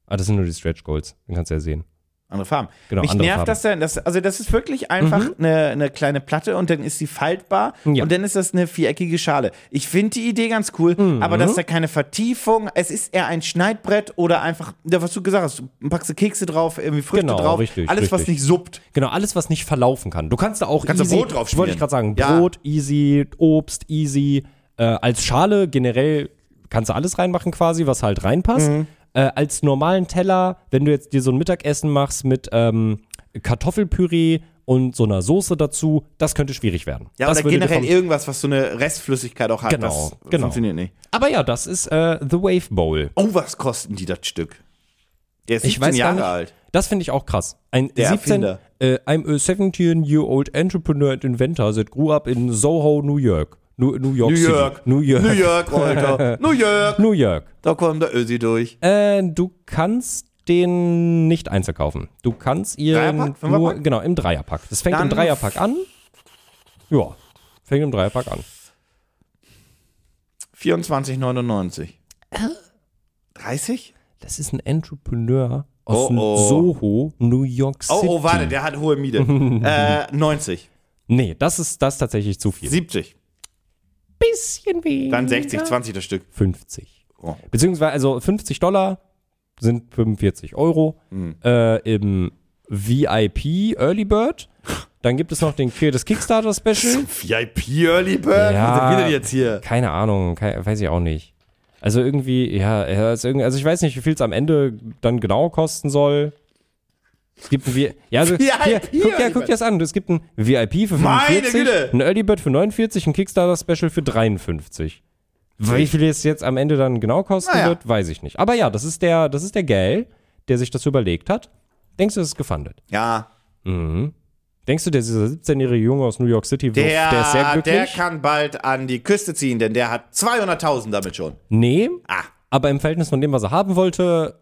C: Ah, das sind nur die Stretch Goals, den kannst du ja sehen.
B: Andere Farben.
C: Genau,
B: Mich
C: andere
B: nervt,
C: Farben. Mhm.
B: dass der, das, also das ist wirklich einfach eine, eine kleine Platte und dann ist sie faltbar
C: Ja.
B: und dann ist das eine viereckige Schale. Ich finde die Idee ganz cool,
C: Mhm.
B: aber dass da keine Vertiefung, es ist eher ein Schneidbrett oder einfach, ja, was du gesagt hast, du packst du Kekse drauf, irgendwie Früchte
C: Genau,
B: drauf,
C: richtig,
B: alles was
C: richtig.
B: nicht suppt.
C: Genau, alles, was nicht verlaufen kann. Du kannst da auch
B: Kannst du
C: easy,
B: Brot drauf schmieren.
C: Wollte ich gerade sagen,
B: Ja.
C: Brot easy, Obst easy. Äh, als Schale generell kannst du alles reinmachen quasi, was halt reinpasst.
B: Mhm.
C: Äh, als normalen Teller, wenn du jetzt dir so ein Mittagessen machst mit ähm, Kartoffelpüree und so einer Soße dazu, das könnte schwierig werden.
B: Ja,
C: das
B: oder
C: würde dir
B: generell
C: vom-
B: irgendwas, was so eine Restflüssigkeit auch hat.
C: Genau,
B: das
C: genau.
B: funktioniert nicht.
C: Aber ja, das ist äh, The Wave Bowl.
B: Oh, was kosten die das Stück? Der ist 17
C: Ich weiß gar
B: Jahre
C: nicht.
B: alt.
C: Das finde ich auch krass. Ein
B: Der
C: 17,
B: Erfinder.
C: äh, I'm a 17-year-old entrepreneur and inventor that grew up in Soho, New York. New, New York
B: New
C: City.
B: York.
C: New York.
B: New York, Alter. New York.
C: New York.
B: Da kommt der Ösi durch.
C: Äh, du kannst den nicht einzeln kaufen. Du kannst ihn
B: Dreierpack?
C: nur
B: Fünferpack?
C: genau im Dreierpack. Das fängt
B: Dann-
C: im Dreierpack an. Ja, fängt im Dreierpack an.
B: 24,99. 30?
C: Das ist ein Entrepreneur
B: Oh,
C: aus dem
B: oh.
C: Soho, New York City.
B: Oh, oh, warte, der hat hohe Miete. äh, 90.
C: Nee, das ist das ist tatsächlich zu viel.
B: 70.
C: bisschen weniger.
B: Dann 60, 20 das Stück.
C: 50.
B: Oh.
C: Beziehungsweise, also 50 Dollar sind 45 Euro äh, im VIP Early Bird. Dann gibt es noch den Kill des Kickstarter Special.
B: VIP Early Bird?
C: Ja.
B: Was sind wir denn jetzt hier?
C: Keine Ahnung, kei- weiß ich auch nicht. Also irgendwie, ja, ja, also, irgendwie, also ich weiß nicht, wie viel es am Ende dann genau kosten soll. Es gibt ein VIP. Ja, also,
B: VIP
C: hier, guck, ja,
B: Early
C: guck dir das an. Es gibt ein VIP für 45,
B: Meine Güte!
C: ein Early Bird für 49, ein Kickstarter Special für 53. Wie viel es jetzt am Ende dann genau kosten
B: Naja.
C: wird, weiß ich nicht. Aber ja, das ist der, das ist der Gale, der sich das überlegt hat. Denkst du, das ist gefundet?
B: Ja,
C: Denkst du, der dieser 17-jährige Junge aus New York City,
B: der,
C: der ist sehr
B: der,
C: glücklich?
B: kann bald an die Küste ziehen, denn der hat 200.000 damit schon.
C: Nee.
B: Ah.
C: Aber im Verhältnis von dem, was er haben wollte,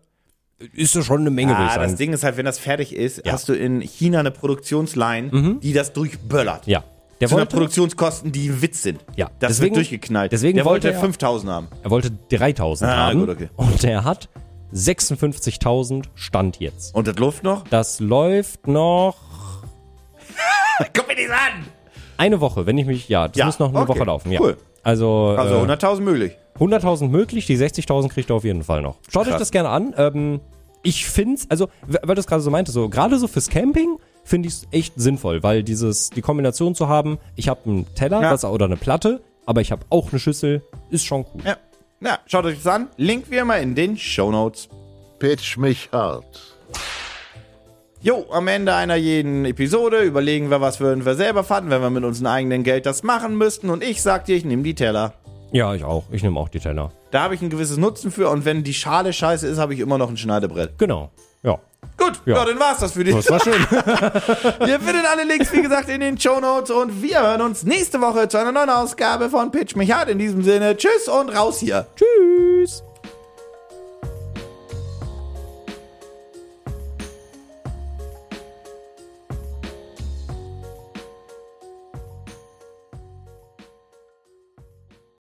C: ist das schon eine Menge, würde ich
B: Ah, das
C: sagen.
B: Ding ist halt, wenn das fertig ist, hast du in China eine Produktionsline, die das durchböllert.
C: Mhm. Ja. Der
B: Zu einer
C: wollte,
B: Produktionskosten, die Witz sind.
C: Ja,
B: Das
C: deswegen-
B: wird durchgeknallt.
C: deswegen
B: der wollte
C: wollte er-
B: 5.000 haben.
C: er wollte 3000
B: Ah,
C: haben.
B: gut, okay.
C: Und er hat 56.000 Stand jetzt.
B: Und das läuft noch?
C: Das läuft noch
B: Guck mir das an!
C: eine Woche, wenn ich mich, ja, das
B: Ja,
C: muss noch eine
B: okay,
C: Woche laufen. Ja.
B: cool.
C: Also,
B: Also
C: äh,
B: 100.000 möglich.
C: 100.000 möglich, die 60.000 kriegt er auf jeden Fall noch. Schaut euch
B: Krass.
C: das gerne an. Ähm, ich find's, also, w- weil du es gerade so meintest, so, gerade so fürs Camping finde ich es echt sinnvoll, weil dieses, die Kombination zu haben, ich habe einen Teller
B: Ja.
C: was, oder eine Platte, aber ich habe auch eine Schüssel, ist schon cool.
B: Ja. ja, schaut euch das an. Link wie immer in den Show Notes.
A: Pitch mich hart.
B: Jo, am Ende einer jeden Episode überlegen wir, was würden wir selber fanden, wenn wir mit unserem eigenen Geld das machen müssten. Und ich sag dir, ich nehme die Teller.
C: Ja, ich auch. Ich nehme auch die Teller.
B: Da habe ich ein gewisses Nutzen für und wenn die Schale scheiße ist, habe ich immer noch ein Schneidebrett.
C: Genau. Ja.
B: Gut, ja,
C: Ja.
B: dann war's das für dich.
C: Das war schön.
B: Ihr findet alle Links, wie gesagt, in den Show Notes und wir hören uns nächste Woche zu einer neuen Ausgabe von Pitch Mich Hart. In diesem Sinne, tschüss und raus hier.
C: Tschüss.